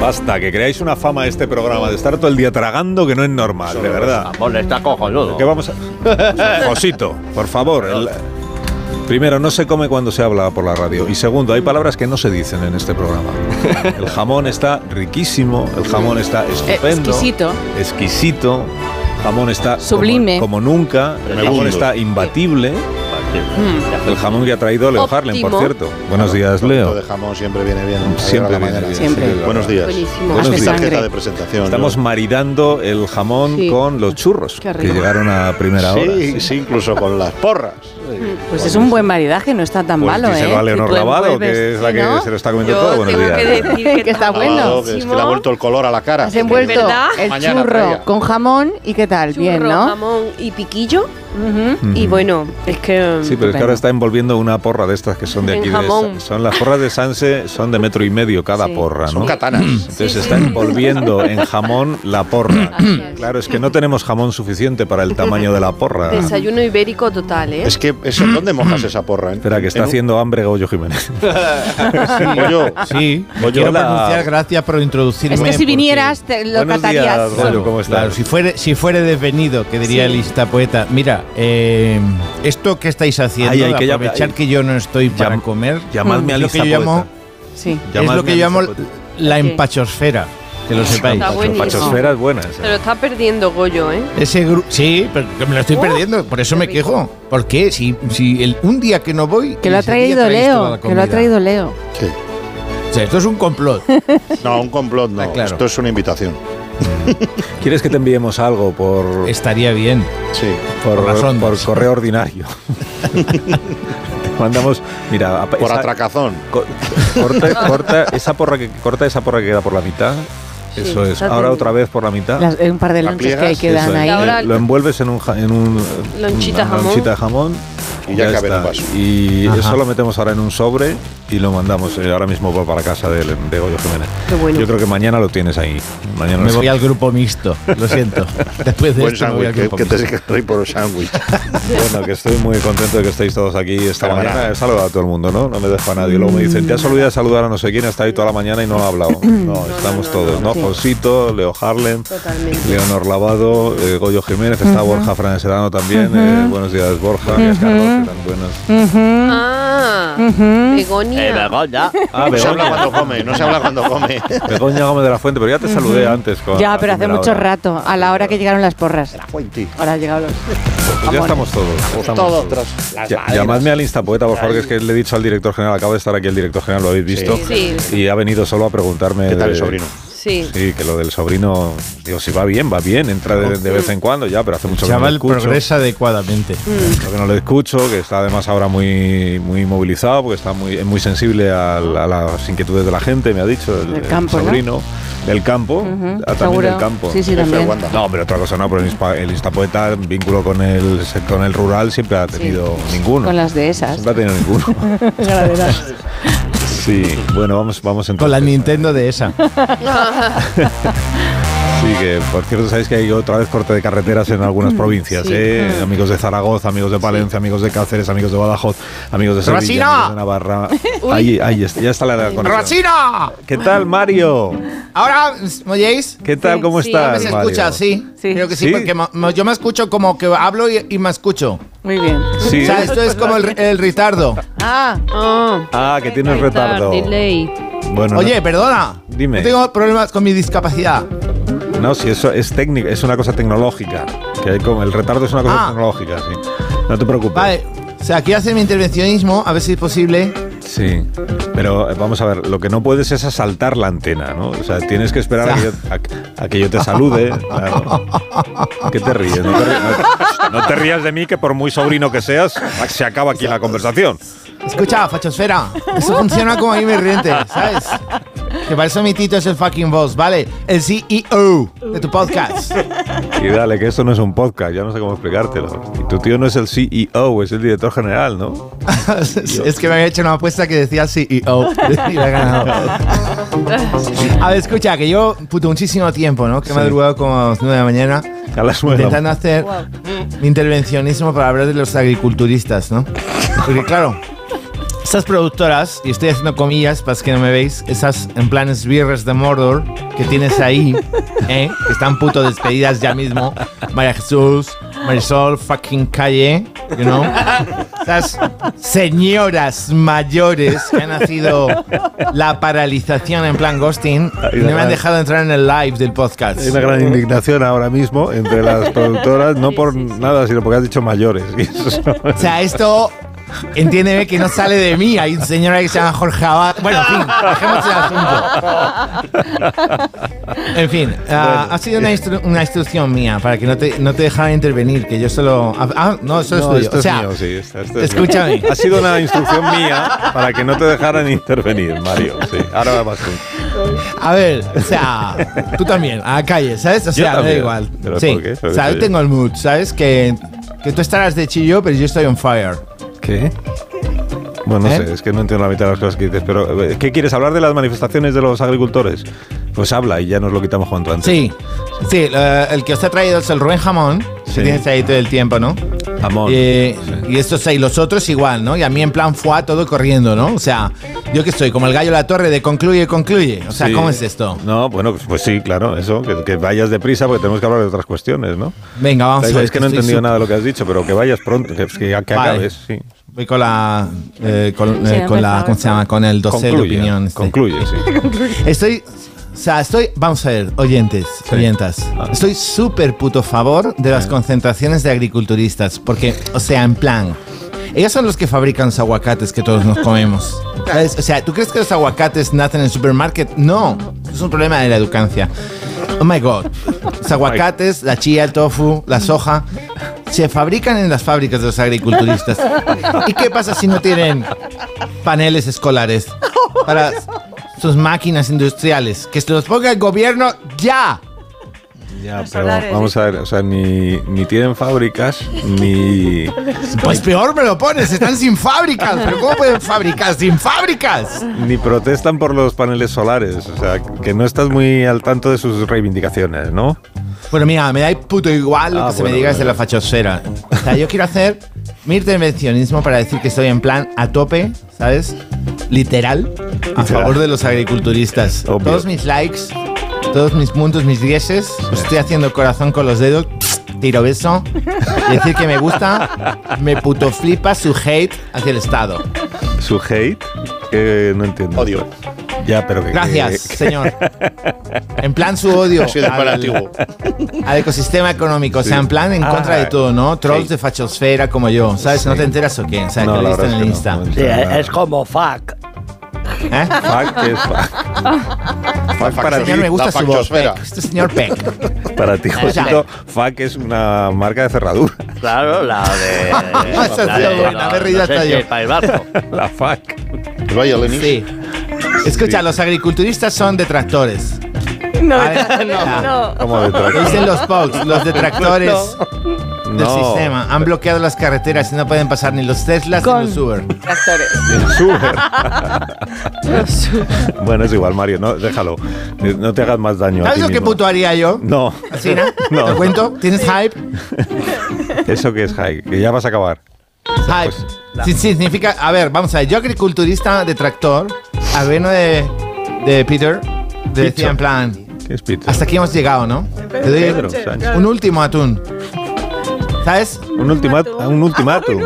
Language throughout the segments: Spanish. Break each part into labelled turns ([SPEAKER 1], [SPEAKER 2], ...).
[SPEAKER 1] Basta, que creáis una fama a este programa de estar todo el día tragando que no es normal, Ah, de verdad.
[SPEAKER 2] Amor, está cojonudo.
[SPEAKER 1] ¿Qué vamos a...? Josito, por favor. el- Primero, no se come cuando se habla por la radio. Y segundo, hay palabras que no se dicen en este programa. El jamón está riquísimo, el jamón está
[SPEAKER 3] Eh,
[SPEAKER 1] estupendo.
[SPEAKER 3] Exquisito.
[SPEAKER 1] Exquisito. El jamón está como-
[SPEAKER 3] Sublime.
[SPEAKER 1] Como, nunca. El jamón
[SPEAKER 2] Redondo.
[SPEAKER 1] está imbatible. El jamón que ha traído Leo Harlem, por
[SPEAKER 3] Óptimo.
[SPEAKER 1] cierto. Buenos días,
[SPEAKER 4] Lo
[SPEAKER 1] Leo.
[SPEAKER 4] de jamón siempre viene bien. a
[SPEAKER 1] Siempre
[SPEAKER 4] la
[SPEAKER 1] viene
[SPEAKER 4] mañana.
[SPEAKER 1] bien,
[SPEAKER 3] Siempre.
[SPEAKER 1] sí, es verdad.
[SPEAKER 4] Buenos días.
[SPEAKER 3] Buenísimo.
[SPEAKER 4] Buenos
[SPEAKER 1] Hace
[SPEAKER 4] días.
[SPEAKER 3] sangre.
[SPEAKER 4] Tarjeta de presentación.
[SPEAKER 1] Estamos
[SPEAKER 4] ¿no?
[SPEAKER 1] maridando el jamón
[SPEAKER 3] Sí.
[SPEAKER 1] con los churros
[SPEAKER 3] Qué
[SPEAKER 1] que
[SPEAKER 3] rico.
[SPEAKER 1] llegaron a primera hora.
[SPEAKER 4] Sí, sí, incluso con las porras.
[SPEAKER 3] Pues es un buen maridaje, no está tan
[SPEAKER 1] Pues
[SPEAKER 3] malo,
[SPEAKER 1] díselo
[SPEAKER 3] ¿eh?
[SPEAKER 1] a Leonor
[SPEAKER 3] Si tú
[SPEAKER 1] Lavado,
[SPEAKER 3] envuelves-
[SPEAKER 1] que es la
[SPEAKER 3] Sí,
[SPEAKER 1] que
[SPEAKER 3] ¿no?
[SPEAKER 1] se lo está comiendo todo.
[SPEAKER 5] Yo
[SPEAKER 1] Buenos
[SPEAKER 5] tengo que
[SPEAKER 1] días.
[SPEAKER 5] decir que,
[SPEAKER 3] Que está bueno.
[SPEAKER 4] Lavado, que es que le ha vuelto el color a la cara.
[SPEAKER 3] Has envuelto
[SPEAKER 5] ¿Verdad?
[SPEAKER 3] el
[SPEAKER 4] Mañana
[SPEAKER 3] churro
[SPEAKER 4] traía.
[SPEAKER 3] con jamón y qué tal,
[SPEAKER 5] Churro,
[SPEAKER 3] bien, ¿no?
[SPEAKER 5] jamón y piquillo.
[SPEAKER 3] Ujú.
[SPEAKER 5] Y
[SPEAKER 1] Ujú.
[SPEAKER 5] bueno, es que...
[SPEAKER 1] Sí, pero es que ahora está envolviendo una porra de estas que son de
[SPEAKER 5] En
[SPEAKER 1] aquí. de
[SPEAKER 5] jamón.
[SPEAKER 1] Sa- son las porras de Sanse, son de metro y medio cada
[SPEAKER 3] Sí.
[SPEAKER 1] porra, ¿no?
[SPEAKER 4] Son katanas.
[SPEAKER 1] Entonces está envolviendo en jamón la porra. claro, es que no tenemos jamón suficiente para el tamaño de la porra.
[SPEAKER 5] Desayuno ibérico total, ¿eh?
[SPEAKER 4] Es que, eso, ¿dónde mojas esa porra? En-
[SPEAKER 1] Espera, que está
[SPEAKER 4] en-
[SPEAKER 1] haciendo hambre Goyo Jiménez. Pues
[SPEAKER 4] Goyo,
[SPEAKER 6] Sí,
[SPEAKER 1] Goyo,
[SPEAKER 6] quiero
[SPEAKER 1] hola.
[SPEAKER 6] pronunciar gracias por introducirme.
[SPEAKER 3] Es que si
[SPEAKER 6] porque-
[SPEAKER 3] vinieras te lo
[SPEAKER 1] Buenos días,
[SPEAKER 3] catarías.
[SPEAKER 1] Goyo.
[SPEAKER 6] Claro,
[SPEAKER 1] ¿cómo estás?
[SPEAKER 6] claro, si fuere, si fuere desvenido, que diría
[SPEAKER 3] Sí.
[SPEAKER 6] el lista poeta. Mira, eh, esto que estáis haciendo,
[SPEAKER 1] Ay, ay, que
[SPEAKER 6] de
[SPEAKER 1] ya-
[SPEAKER 6] aprovechar
[SPEAKER 1] ay.
[SPEAKER 6] que yo no estoy para
[SPEAKER 1] Llam-
[SPEAKER 6] comer,
[SPEAKER 1] llamadme
[SPEAKER 6] es
[SPEAKER 1] al
[SPEAKER 6] lo que yo llamo,
[SPEAKER 3] Sí.
[SPEAKER 6] es lo que yo llamo la
[SPEAKER 3] Ok.
[SPEAKER 6] empachosfera, que lo sepáis.
[SPEAKER 5] Está buenísimo.
[SPEAKER 1] Pachosferas buenas.
[SPEAKER 5] Se lo está perdiendo Goyo, ¿eh?
[SPEAKER 6] Ese gru- sí, pero que me lo estoy
[SPEAKER 5] Oh,
[SPEAKER 6] perdiendo, por eso
[SPEAKER 5] qué
[SPEAKER 6] me
[SPEAKER 5] rico.
[SPEAKER 6] quejo. ¿Por qué? Si, si el, un día que no voy...
[SPEAKER 3] Que lo ha
[SPEAKER 6] ese día
[SPEAKER 3] traído
[SPEAKER 6] traéis toda
[SPEAKER 3] Leo,
[SPEAKER 6] la
[SPEAKER 3] que lo ha
[SPEAKER 6] comida.
[SPEAKER 3] traído Leo.
[SPEAKER 4] sí.
[SPEAKER 6] O sea, esto es un complot.
[SPEAKER 4] No, un complot no.
[SPEAKER 6] Ah, claro.
[SPEAKER 4] Esto es una invitación.
[SPEAKER 1] ¿Quieres que te enviemos algo por,
[SPEAKER 6] Estaría bien.
[SPEAKER 4] Sí.
[SPEAKER 1] por,
[SPEAKER 6] por las ondas.
[SPEAKER 1] por correo ordinario? Te mandamos, mira, a-
[SPEAKER 4] Por
[SPEAKER 1] esa-
[SPEAKER 4] atracazón.
[SPEAKER 1] co- corta, corta esa porra que corta esa porra que queda por la mitad.
[SPEAKER 5] Sí,
[SPEAKER 1] Eso es.
[SPEAKER 5] está
[SPEAKER 1] Ahora
[SPEAKER 5] bien.
[SPEAKER 1] otra vez por la mitad.
[SPEAKER 3] Las- eh, un par de
[SPEAKER 4] ¿La
[SPEAKER 3] lonchas que
[SPEAKER 4] pliegas?
[SPEAKER 3] ahí
[SPEAKER 1] Eso
[SPEAKER 3] quedan
[SPEAKER 1] es. Eh,
[SPEAKER 3] ahí.
[SPEAKER 5] Y ahora-
[SPEAKER 1] Lo envuelves en un, ja- en un
[SPEAKER 5] Lonchita
[SPEAKER 1] una
[SPEAKER 5] jamón.
[SPEAKER 1] lonchita de jamón
[SPEAKER 4] Y ya cabe en un vaso.
[SPEAKER 1] Y
[SPEAKER 6] Ajá.
[SPEAKER 1] eso lo metemos ahora en un sobre y lo mandamos eh, ahora mismo va para casa de, de Goyo Jiménez.
[SPEAKER 5] Qué bueno.
[SPEAKER 1] Yo creo que mañana lo tienes ahí. Mañana
[SPEAKER 6] Me
[SPEAKER 1] lo-
[SPEAKER 6] voy al grupo mixto, lo siento. Después de
[SPEAKER 4] Buen
[SPEAKER 6] esto me voy al
[SPEAKER 4] sándwich. Que,
[SPEAKER 6] grupo
[SPEAKER 4] que te
[SPEAKER 6] mixto.
[SPEAKER 4] dejes por el sándwich.
[SPEAKER 1] Bueno, que estoy muy contento de que estéis todos aquí esta
[SPEAKER 4] Fenomenal.
[SPEAKER 1] mañana. He saludado a todo el mundo, ¿no? No me dejo a nadie. Luego me dicen, te has olvidado de saludar a no sé quién, está ahí toda la mañana y no ha hablado. No, estamos
[SPEAKER 5] no,
[SPEAKER 1] todos, ¿no?
[SPEAKER 3] sí.
[SPEAKER 1] Josito, Leo Harlem,
[SPEAKER 5] Totalmente.
[SPEAKER 1] Leonor Lavado, eh, Goyo Jiménez, está Borja Fran Serrano también. eh, buenos días, Borja. Gracias, Carlos, que tan buenos.
[SPEAKER 5] Ah,
[SPEAKER 2] Eh,
[SPEAKER 5] Begoña.
[SPEAKER 2] Begoña.
[SPEAKER 1] Ah,
[SPEAKER 4] No se habla
[SPEAKER 1] Begoña.
[SPEAKER 4] cuando come. No se habla cuando come.
[SPEAKER 1] Begoña Gómez de la Fuente, pero ya te saludé antes. Con
[SPEAKER 3] Ya,
[SPEAKER 1] la
[SPEAKER 3] pero hace
[SPEAKER 1] primera
[SPEAKER 3] mucho
[SPEAKER 1] hora.
[SPEAKER 3] rato, a la hora que llegaron las porras.
[SPEAKER 4] Fuente.
[SPEAKER 3] Ahora han llegado los.
[SPEAKER 1] Pues ya estamos todos. ya estamos
[SPEAKER 4] Todos.
[SPEAKER 1] todos.
[SPEAKER 4] tras- las
[SPEAKER 1] Ya-
[SPEAKER 4] maderas.
[SPEAKER 1] llamadme al Insta Poeta, por favor, que es que le he dicho al director general, acaba de estar aquí el director general, lo habéis visto,
[SPEAKER 5] Sí.
[SPEAKER 1] y ha venido solo a preguntarme
[SPEAKER 4] ¿Qué tal el
[SPEAKER 1] de-
[SPEAKER 4] sobrino?
[SPEAKER 5] Sí.
[SPEAKER 1] Sí, que lo del sobrino, digo, si va bien, va bien, entra de, de vez en cuando ya, pero hace mucho que no le
[SPEAKER 6] Chaval
[SPEAKER 1] escucho.
[SPEAKER 6] progresa adecuadamente.
[SPEAKER 1] Lo que no le escucho, que está además ahora muy, muy movilizado, porque está muy, es muy sensible a, la- a las inquietudes de la gente, me ha dicho el,
[SPEAKER 3] Del campo,
[SPEAKER 1] el
[SPEAKER 3] ¿no?
[SPEAKER 1] sobrino. Del campo, ah, también
[SPEAKER 3] Seguro.
[SPEAKER 1] del campo.
[SPEAKER 3] Sí, sí,
[SPEAKER 4] Jefe de
[SPEAKER 3] también.
[SPEAKER 4] Wanda.
[SPEAKER 1] No, pero otra cosa no, pero el, inspa- el instapoeta, vínculo con el sector el rural, siempre ha tenido ninguno.
[SPEAKER 3] Con las de esas.
[SPEAKER 1] Siempre ha tenido ninguno.
[SPEAKER 3] Graveras.
[SPEAKER 1] sí, bueno, vamos, vamos entonces.
[SPEAKER 6] Con la Nintendo de esa.
[SPEAKER 1] Sí, que por cierto, sabéis que hay otra vez corte de carreteras en algunas provincias,
[SPEAKER 5] Sí.
[SPEAKER 1] ¿eh? Amigos de Zaragoza, amigos de Palencia, amigos de Cáceres, amigos de Badajoz, amigos de Sevilla,
[SPEAKER 6] ¡Rasina!
[SPEAKER 1] amigos de Navarra. Ahí, ahí está, ya está la conexión.
[SPEAKER 6] ¡Rosina!
[SPEAKER 1] ¿Qué tal, Mario?
[SPEAKER 6] Ahora, ¿me oyéis?
[SPEAKER 1] ¿Qué tal?
[SPEAKER 5] Sí,
[SPEAKER 1] ¿Cómo
[SPEAKER 5] sí,
[SPEAKER 1] estás,
[SPEAKER 6] ¿Me se
[SPEAKER 1] Mario?
[SPEAKER 6] escucha? Sí.
[SPEAKER 3] Sí.
[SPEAKER 6] Creo que sí,
[SPEAKER 1] ¿Sí?
[SPEAKER 6] porque ma- ma- yo me escucho como que hablo y, y me escucho.
[SPEAKER 3] Muy bien.
[SPEAKER 1] Sí.
[SPEAKER 6] O sea, esto es como el, el retardo.
[SPEAKER 3] Ah,
[SPEAKER 5] Ah,
[SPEAKER 1] Ah, que tienes retardo.
[SPEAKER 5] Delay.
[SPEAKER 1] Bueno, no-
[SPEAKER 6] Oye, perdona.
[SPEAKER 1] Dime.
[SPEAKER 6] No tengo problemas con mi discapacidad.
[SPEAKER 1] No, si eso es técnico, es una cosa tecnológica. Que hay como- el retardo es una cosa
[SPEAKER 6] Ah.
[SPEAKER 1] tecnológica, sí. No te preocupes.
[SPEAKER 6] Vale. O sea, quiero hacer mi intervencionismo, a ver si es posible.
[SPEAKER 1] Sí, pero eh, vamos a ver, lo que no puedes es asaltar la antena, ¿no? O sea, tienes que esperar a que yo, a- a que yo te salude. claro. ¿Qué te ríes? No te, ri- no- no te rías de mí, que por muy sobrino que seas, se acaba aquí la conversación.
[SPEAKER 6] Escucha, fachosfera. Eso funciona como a mí me riente, ¿sabes? Que para eso mi tito es el fucking boss, ¿vale? El CEO de tu podcast.
[SPEAKER 1] Y dale, que esto no es un podcast, ya no sé cómo explicártelo. Y tu tío no es el CEO, es el director general, ¿no?
[SPEAKER 6] es que me había hecho una apuesta que decía CEO. y la he ganado. A ver, escucha, que yo puto muchísimo tiempo, ¿no? Que he madrugado como a las 9 de la mañana.
[SPEAKER 1] A las nueve. de la-
[SPEAKER 6] Intentando hacer mi intervencionismo para hablar de los agriculturistas, ¿no? Porque claro, Esas productoras, y estoy haciendo comillas para que no me veis, esas en plan esbirres de Mordor que tienes ahí, ¿eh? que están puto despedidas ya mismo. María Jesús, Marisol, fucking calle, you know. Esas señoras mayores que han nacido la paralización en plan ghosting,
[SPEAKER 1] Ay,
[SPEAKER 6] no me han
[SPEAKER 1] verdad.
[SPEAKER 6] dejado entrar en el live del podcast.
[SPEAKER 1] Hay una gran indignación ahora mismo entre las productoras, no por nada, sino porque has dicho mayores. Y eso-
[SPEAKER 6] O sea, esto. Entiéndeme que no sale de mí. Hay un señor ahí que se llama Jorge Abad. Bueno, en fin, dejemos el asunto. En fin, ah, ha sido una, instru- una instrucción mía para que no te, no te dejaran intervenir, que yo solo. Ah, ah, no, eso es
[SPEAKER 1] No,
[SPEAKER 6] tuyo.
[SPEAKER 1] esto
[SPEAKER 6] o sea,
[SPEAKER 1] mío, sí, esto- esto es mío.
[SPEAKER 6] escúchame.
[SPEAKER 1] Ha sido una instrucción mía para que no te dejaran intervenir, Mario. Sí, ahora vas tú.
[SPEAKER 6] a ver, o sea, tú también, a la calle, ¿sabes? O sea, me da
[SPEAKER 1] también.
[SPEAKER 6] igual.
[SPEAKER 1] Pero
[SPEAKER 6] sí.
[SPEAKER 1] ¿por qué?
[SPEAKER 6] O sea, yo tengo el mood, ¿sabes? Que, que tú estarás de chillo, pero yo estoy on fire.
[SPEAKER 1] ¿Qué? Bueno, no
[SPEAKER 6] ¿Eh?
[SPEAKER 1] sé, es que no entiendo la mitad de las cosas que dices, pero eh, ¿qué quieres? ¿Hablar de las manifestaciones de los agricultores? Pues habla y ya nos lo quitamos cuanto antes.
[SPEAKER 6] Sí, sí, eh, el que os ha traído es el Rubén Jamón,
[SPEAKER 1] Sí.
[SPEAKER 6] que tienes ahí todo el tiempo, ¿no?
[SPEAKER 1] Jamón.
[SPEAKER 6] Eh, y estos y los otros igual, ¿no? Y a mí en plan fue todo corriendo, ¿no? O sea, yo que estoy como el gallo de la torre de concluye, concluye. O sea,
[SPEAKER 1] Sí.
[SPEAKER 6] ¿cómo es esto?
[SPEAKER 1] No, bueno, pues, pues sí, claro, eso, que, que vayas deprisa porque tenemos que hablar de otras cuestiones, ¿no?
[SPEAKER 6] Venga, vamos
[SPEAKER 1] Da
[SPEAKER 6] a
[SPEAKER 1] igual,
[SPEAKER 6] ver.
[SPEAKER 1] es que no he
[SPEAKER 6] estoy
[SPEAKER 1] entendido
[SPEAKER 6] su-
[SPEAKER 1] nada de lo que has dicho, pero que vayas pronto, que, que, que
[SPEAKER 6] Vale.
[SPEAKER 1] acabes, sí.
[SPEAKER 6] Voy con la, eh, con,
[SPEAKER 3] Sí,
[SPEAKER 6] eh, con la,
[SPEAKER 3] empezaba.
[SPEAKER 6] ¿cómo se llama? Con el dossier de
[SPEAKER 1] Concluye,
[SPEAKER 6] opinión. este.
[SPEAKER 1] concluye, sí.
[SPEAKER 6] Estoy, o sea, estoy, vamos a ver, oyentes,
[SPEAKER 1] Sí.
[SPEAKER 6] oyentas.
[SPEAKER 1] Ah.
[SPEAKER 6] Estoy súper puto favor de las concentraciones de agriculturistas, porque, o sea, en plan, ellos son los que fabrican los aguacates que todos nos comemos. ¿sabes? O sea, ¿tú crees que los aguacates nacen en el supermercado? No, es un problema de la educancia. Oh my god. Los aguacates, la chía, el tofu, la soja, se fabrican en las fábricas de los agriculturistas. ¿Y qué pasa si no tienen paneles escolares para sus máquinas industriales? Que se los ponga el gobierno ya.
[SPEAKER 1] Ya, pero vamos a ver, o sea, ni, ni tienen fábricas, ni...
[SPEAKER 6] Pues peor me lo pones, están sin fábricas. ¿Pero cómo pueden fabricar sin fábricas?
[SPEAKER 1] Ni protestan por los paneles solares, o sea, que no estás muy al tanto de sus reivindicaciones, ¿no?
[SPEAKER 6] Bueno, mira, me da puto igual lo
[SPEAKER 1] Ah,
[SPEAKER 6] que se me
[SPEAKER 1] bueno,
[SPEAKER 6] diga desde
[SPEAKER 1] bueno.
[SPEAKER 6] la fachosfera. O sea, yo quiero hacer mi intervencionismo para decir que estoy en plan a tope, ¿sabes? Literal, a favor de los agriculturistas.
[SPEAKER 1] Obvio.
[SPEAKER 6] Todos mis likes, todos mis puntos, mis dieces, pues estoy haciendo corazón con los dedos, tiro beso, y decir que me gusta, me puto flipa su hate hacia el Estado.
[SPEAKER 1] Su hate, que Eh, no entiendo.
[SPEAKER 4] Odio.
[SPEAKER 1] Ya, pero que...
[SPEAKER 6] Gracias,
[SPEAKER 1] que-
[SPEAKER 6] señor. En plan su odio.
[SPEAKER 4] Ha sido
[SPEAKER 6] al-
[SPEAKER 4] imperativo.
[SPEAKER 6] al ecosistema económico, o sea,
[SPEAKER 1] Sí.
[SPEAKER 6] en plan en
[SPEAKER 1] Ah,
[SPEAKER 6] contra de todo, ¿no? Trolls
[SPEAKER 1] sí.
[SPEAKER 6] de fachosfera como yo, ¿sabes? ¿No te enteras o qué? O sea,
[SPEAKER 1] No,
[SPEAKER 6] que lo
[SPEAKER 1] la
[SPEAKER 6] viste en
[SPEAKER 1] verdad
[SPEAKER 6] el
[SPEAKER 1] es que
[SPEAKER 6] Insta.
[SPEAKER 1] no,
[SPEAKER 7] Sí, es,
[SPEAKER 1] no.
[SPEAKER 7] es como fuck.
[SPEAKER 6] ¿Eh?
[SPEAKER 1] Fuck es fuck. Fuck para ti,
[SPEAKER 6] Este señor me gusta
[SPEAKER 4] la
[SPEAKER 6] su voz.
[SPEAKER 4] fachosfera.
[SPEAKER 6] Peck. Este señor Peck.
[SPEAKER 1] para ti,
[SPEAKER 7] O sea-
[SPEAKER 1] Josito, fuck es una marca de cerradura.
[SPEAKER 7] Claro, la de.
[SPEAKER 6] Ah, Esa ha sido buena, me he reído hasta yo.
[SPEAKER 7] Para el barco.
[SPEAKER 1] La fuck.
[SPEAKER 4] El Vaya Lenin.
[SPEAKER 6] Sí. Escucha, los agriculturistas son detractores.
[SPEAKER 3] No,
[SPEAKER 6] A ver, Ah,
[SPEAKER 3] no, no.
[SPEAKER 1] Como de
[SPEAKER 6] Lo
[SPEAKER 1] traca.
[SPEAKER 6] dicen los Pogs, los detractores del
[SPEAKER 1] No.
[SPEAKER 6] sistema. Han bloqueado las carreteras y no pueden pasar ni los Teslas
[SPEAKER 3] Con-
[SPEAKER 6] ni los Uber.
[SPEAKER 1] Súper. bueno, es igual, Mario, no, déjalo. No te hagas más daño. a
[SPEAKER 6] ¿Sabes
[SPEAKER 1] ti
[SPEAKER 6] lo que
[SPEAKER 1] mismo.
[SPEAKER 6] puto haría yo?
[SPEAKER 1] No,
[SPEAKER 6] ¿Así, no?
[SPEAKER 1] No. Pues,
[SPEAKER 6] ¿Te cuento? ¿Tienes hype?
[SPEAKER 1] eso que es high, que ya vas a acabar.
[SPEAKER 6] Hype.
[SPEAKER 1] pues,
[SPEAKER 6] Sí, sí, significa. A ver, vamos a ver. Yo, agriculturista detractor, aveno de, de Peter, de decía en plan.
[SPEAKER 1] ¿Qué es Peter?
[SPEAKER 6] Hasta aquí hemos llegado, ¿no? Te doy
[SPEAKER 1] Pedro Sánchez.
[SPEAKER 6] un último atún. ¿Sabes?
[SPEAKER 1] Un, ultimatum. un ultimátum.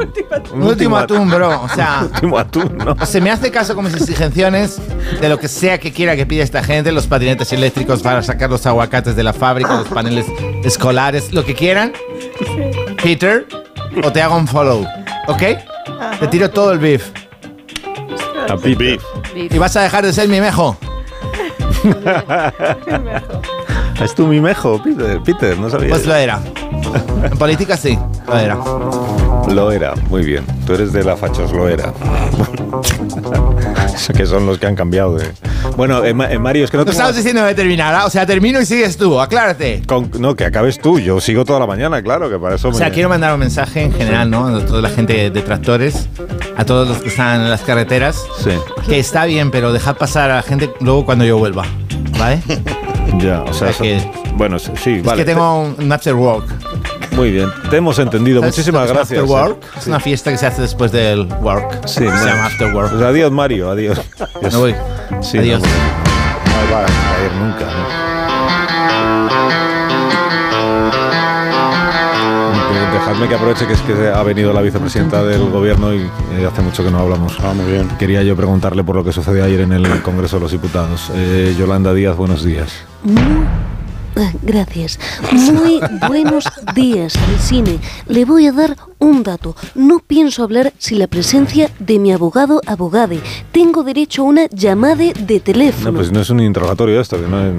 [SPEAKER 6] Un último atún, bro. O sea,
[SPEAKER 1] Un último atún, ¿no?
[SPEAKER 6] se me hace caso con mis exigencias de lo que sea que quiera que pida esta gente, los patinetes eléctricos para sacar los aguacates de la fábrica, los paneles escolares, lo que quieran. Peter, o te hago un follow, ¿ok? Te tiro todo el beef.
[SPEAKER 1] A Peter.
[SPEAKER 6] Y vas a dejar de ser mi mejo.
[SPEAKER 1] Es tu mimejo, Peter. Peter, no sabía.
[SPEAKER 6] Pues lo era. En política sí, lo era.
[SPEAKER 1] Lo era, muy bien. Tú eres de la fachos lo era. Eso que son los que han cambiado. de- Bueno, eh, Ma- eh, Mario, es que no
[SPEAKER 6] No
[SPEAKER 1] tengo
[SPEAKER 6] estamos
[SPEAKER 1] más-
[SPEAKER 6] diciendo que terminará. O sea, termino y sigues tú, aclárate.
[SPEAKER 1] con- no, que acabes tú. Yo sigo toda la mañana, claro, que para eso
[SPEAKER 6] O sea,
[SPEAKER 1] me-
[SPEAKER 6] quiero mandar un mensaje en general, ¿no? A toda la gente de tractores, a todos los que están en las carreteras,
[SPEAKER 1] Sí,
[SPEAKER 6] que está bien, pero dejad pasar a la gente luego cuando yo vuelva, ¿vale?
[SPEAKER 1] ya, o sea,
[SPEAKER 6] O sea
[SPEAKER 1] eso-
[SPEAKER 6] que-
[SPEAKER 1] bueno, sí, sí,
[SPEAKER 6] Es
[SPEAKER 1] vale.
[SPEAKER 6] que tengo un, un after work.
[SPEAKER 1] Muy bien, te hemos entendido.
[SPEAKER 6] ¿Sabes
[SPEAKER 1] Muchísimas
[SPEAKER 6] lo que es
[SPEAKER 1] gracias.
[SPEAKER 6] After work.
[SPEAKER 1] eh.
[SPEAKER 6] Es una fiesta que se hace después del work.
[SPEAKER 1] Sí,
[SPEAKER 6] se
[SPEAKER 1] bueno.
[SPEAKER 6] llama after work.
[SPEAKER 1] Pues adiós, Mario, adiós.
[SPEAKER 6] Me voy.
[SPEAKER 1] Sí,
[SPEAKER 6] Adiós.
[SPEAKER 1] no, no va a caer nunca. ¿no? Pero Dejadme que aproveche que es que ha venido la vicepresidenta del gobierno y eh, hace mucho que no hablamos.
[SPEAKER 4] Ah, muy bien.
[SPEAKER 1] Quería yo preguntarle por lo que sucedió ayer en el Congreso de los Diputados. Eh, Yolanda Díaz, buenos días.
[SPEAKER 8] Ah, Gracias. Muy buenos días al cine. Le voy a dar un dato. No pienso hablar sin la presencia de mi abogado abogade. Tengo derecho a una llamada de teléfono.
[SPEAKER 1] No, pues no es un interrogatorio esto, que no es-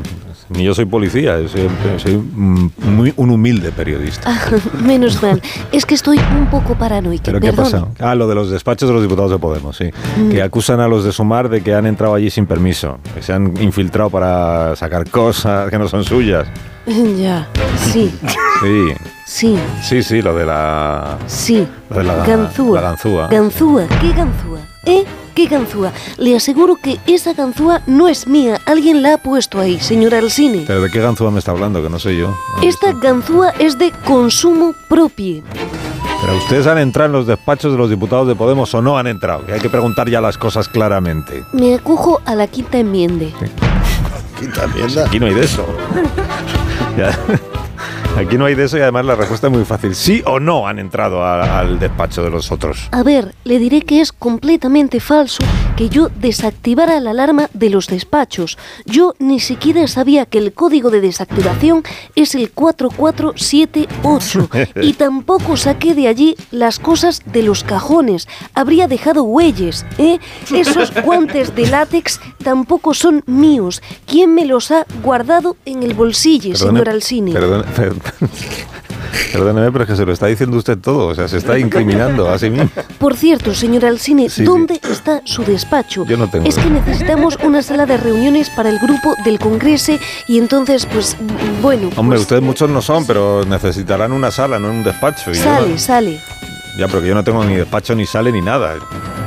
[SPEAKER 1] ni yo soy policía, yo soy, soy, mm, muy, un humilde periodista.
[SPEAKER 8] Ah, menos mal. Es que estoy un poco paranoica.
[SPEAKER 1] ¿Pero qué ha
[SPEAKER 8] perdone.
[SPEAKER 1] pasado? Ah, lo de los despachos de los diputados de Podemos, sí.
[SPEAKER 8] Mm.
[SPEAKER 1] Que acusan a los de Sumar de que han entrado allí sin permiso, que se han infiltrado para sacar cosas que no son suyas.
[SPEAKER 8] Ya. Sí,
[SPEAKER 1] Sí,
[SPEAKER 8] sí,
[SPEAKER 1] sí, sí, lo de la...
[SPEAKER 8] sí.
[SPEAKER 1] Lo de la-
[SPEAKER 8] ganzúa.
[SPEAKER 1] la ganzúa.
[SPEAKER 8] Ganzúa. ¿Qué ganzúa? ¿Eh? ¿Qué ganzúa? Le aseguro que esa ganzúa no es mía. Alguien la ha puesto ahí, señora Alcine.
[SPEAKER 1] ¿Pero de qué ganzúa me está hablando? Que no sé yo.
[SPEAKER 8] Esta ganzúa es de consumo propio.
[SPEAKER 1] Pero ustedes han entrado en los despachos de los diputados de Podemos o no han entrado, que hay que preguntar ya las cosas claramente.
[SPEAKER 8] Me acojo a la quinta enmienda.
[SPEAKER 4] Quinta enmienda.
[SPEAKER 1] Pues Aquí no hay de eso. Ya. Aquí no hay de eso y además la respuesta es muy fácil. Sí o no han entrado a- al despacho de los otros.
[SPEAKER 8] A ver, le diré que es completamente falso que yo desactivara la alarma de los despachos. Yo ni siquiera sabía que el código de desactivación es el 4478 y tampoco saqué de allí las cosas de los cajones. Habría dejado huellas, ¿eh? Esos guantes de látex tampoco son míos. ¿Quién me los ha guardado en el bolsillo,
[SPEAKER 1] Perdone-
[SPEAKER 8] señor Alcine?
[SPEAKER 1] perdone- per- perdóneme, pero es que se lo está diciendo usted todo. O sea, se está incriminando a sí mismo.
[SPEAKER 8] Por cierto, señor Alcine,
[SPEAKER 1] Sí, sí.
[SPEAKER 8] ¿dónde está su despacho?
[SPEAKER 1] Yo no tengo
[SPEAKER 8] Es que
[SPEAKER 1] despacho.
[SPEAKER 8] necesitamos una sala de reuniones para el grupo del Congreso y entonces, pues, mm, bueno.
[SPEAKER 1] Hombre,
[SPEAKER 8] pues,
[SPEAKER 1] ustedes muchos no son, pero necesitarán una sala, no un despacho. Y yo no-
[SPEAKER 8] Sale, sale.
[SPEAKER 1] ya, pero que yo no tengo ni despacho, ni sale, ni nada.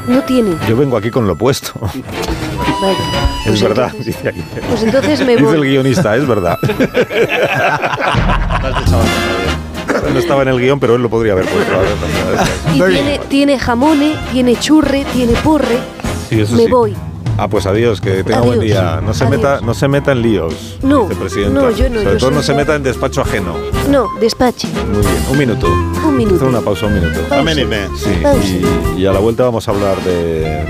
[SPEAKER 8] No tiene.
[SPEAKER 1] Yo vengo aquí con lo opuesto.
[SPEAKER 8] Vaya.
[SPEAKER 1] Es
[SPEAKER 8] Pues
[SPEAKER 1] verdad,
[SPEAKER 8] entonces-
[SPEAKER 1] dice aquí.
[SPEAKER 8] Pues entonces me
[SPEAKER 1] Dice el
[SPEAKER 8] voy.
[SPEAKER 1] guionista, es verdad. No estaba en el guión, pero él lo podría haber puesto. la verdad.
[SPEAKER 8] Y tiene, tiene jamone, tiene churre, tiene porre.
[SPEAKER 1] Sí, eso
[SPEAKER 8] me
[SPEAKER 1] sí.
[SPEAKER 8] voy.
[SPEAKER 1] Ah, pues adiós, que tenga buen
[SPEAKER 8] Adiós.
[SPEAKER 1] día. No se,
[SPEAKER 8] Adiós.
[SPEAKER 1] meta, no se meta en líos,
[SPEAKER 8] No,
[SPEAKER 1] vicepresidenta.
[SPEAKER 8] no, yo no,
[SPEAKER 1] Sobre
[SPEAKER 8] yo
[SPEAKER 1] todo
[SPEAKER 8] soy-
[SPEAKER 1] no se meta en despacho ajeno.
[SPEAKER 8] No, despache.
[SPEAKER 1] Muy bien, un minuto.
[SPEAKER 8] Un minuto.
[SPEAKER 1] Hacer una pausa, un minuto.
[SPEAKER 4] Amén,
[SPEAKER 1] Sí,
[SPEAKER 8] Pausa.
[SPEAKER 1] y, y a la vuelta vamos a hablar de,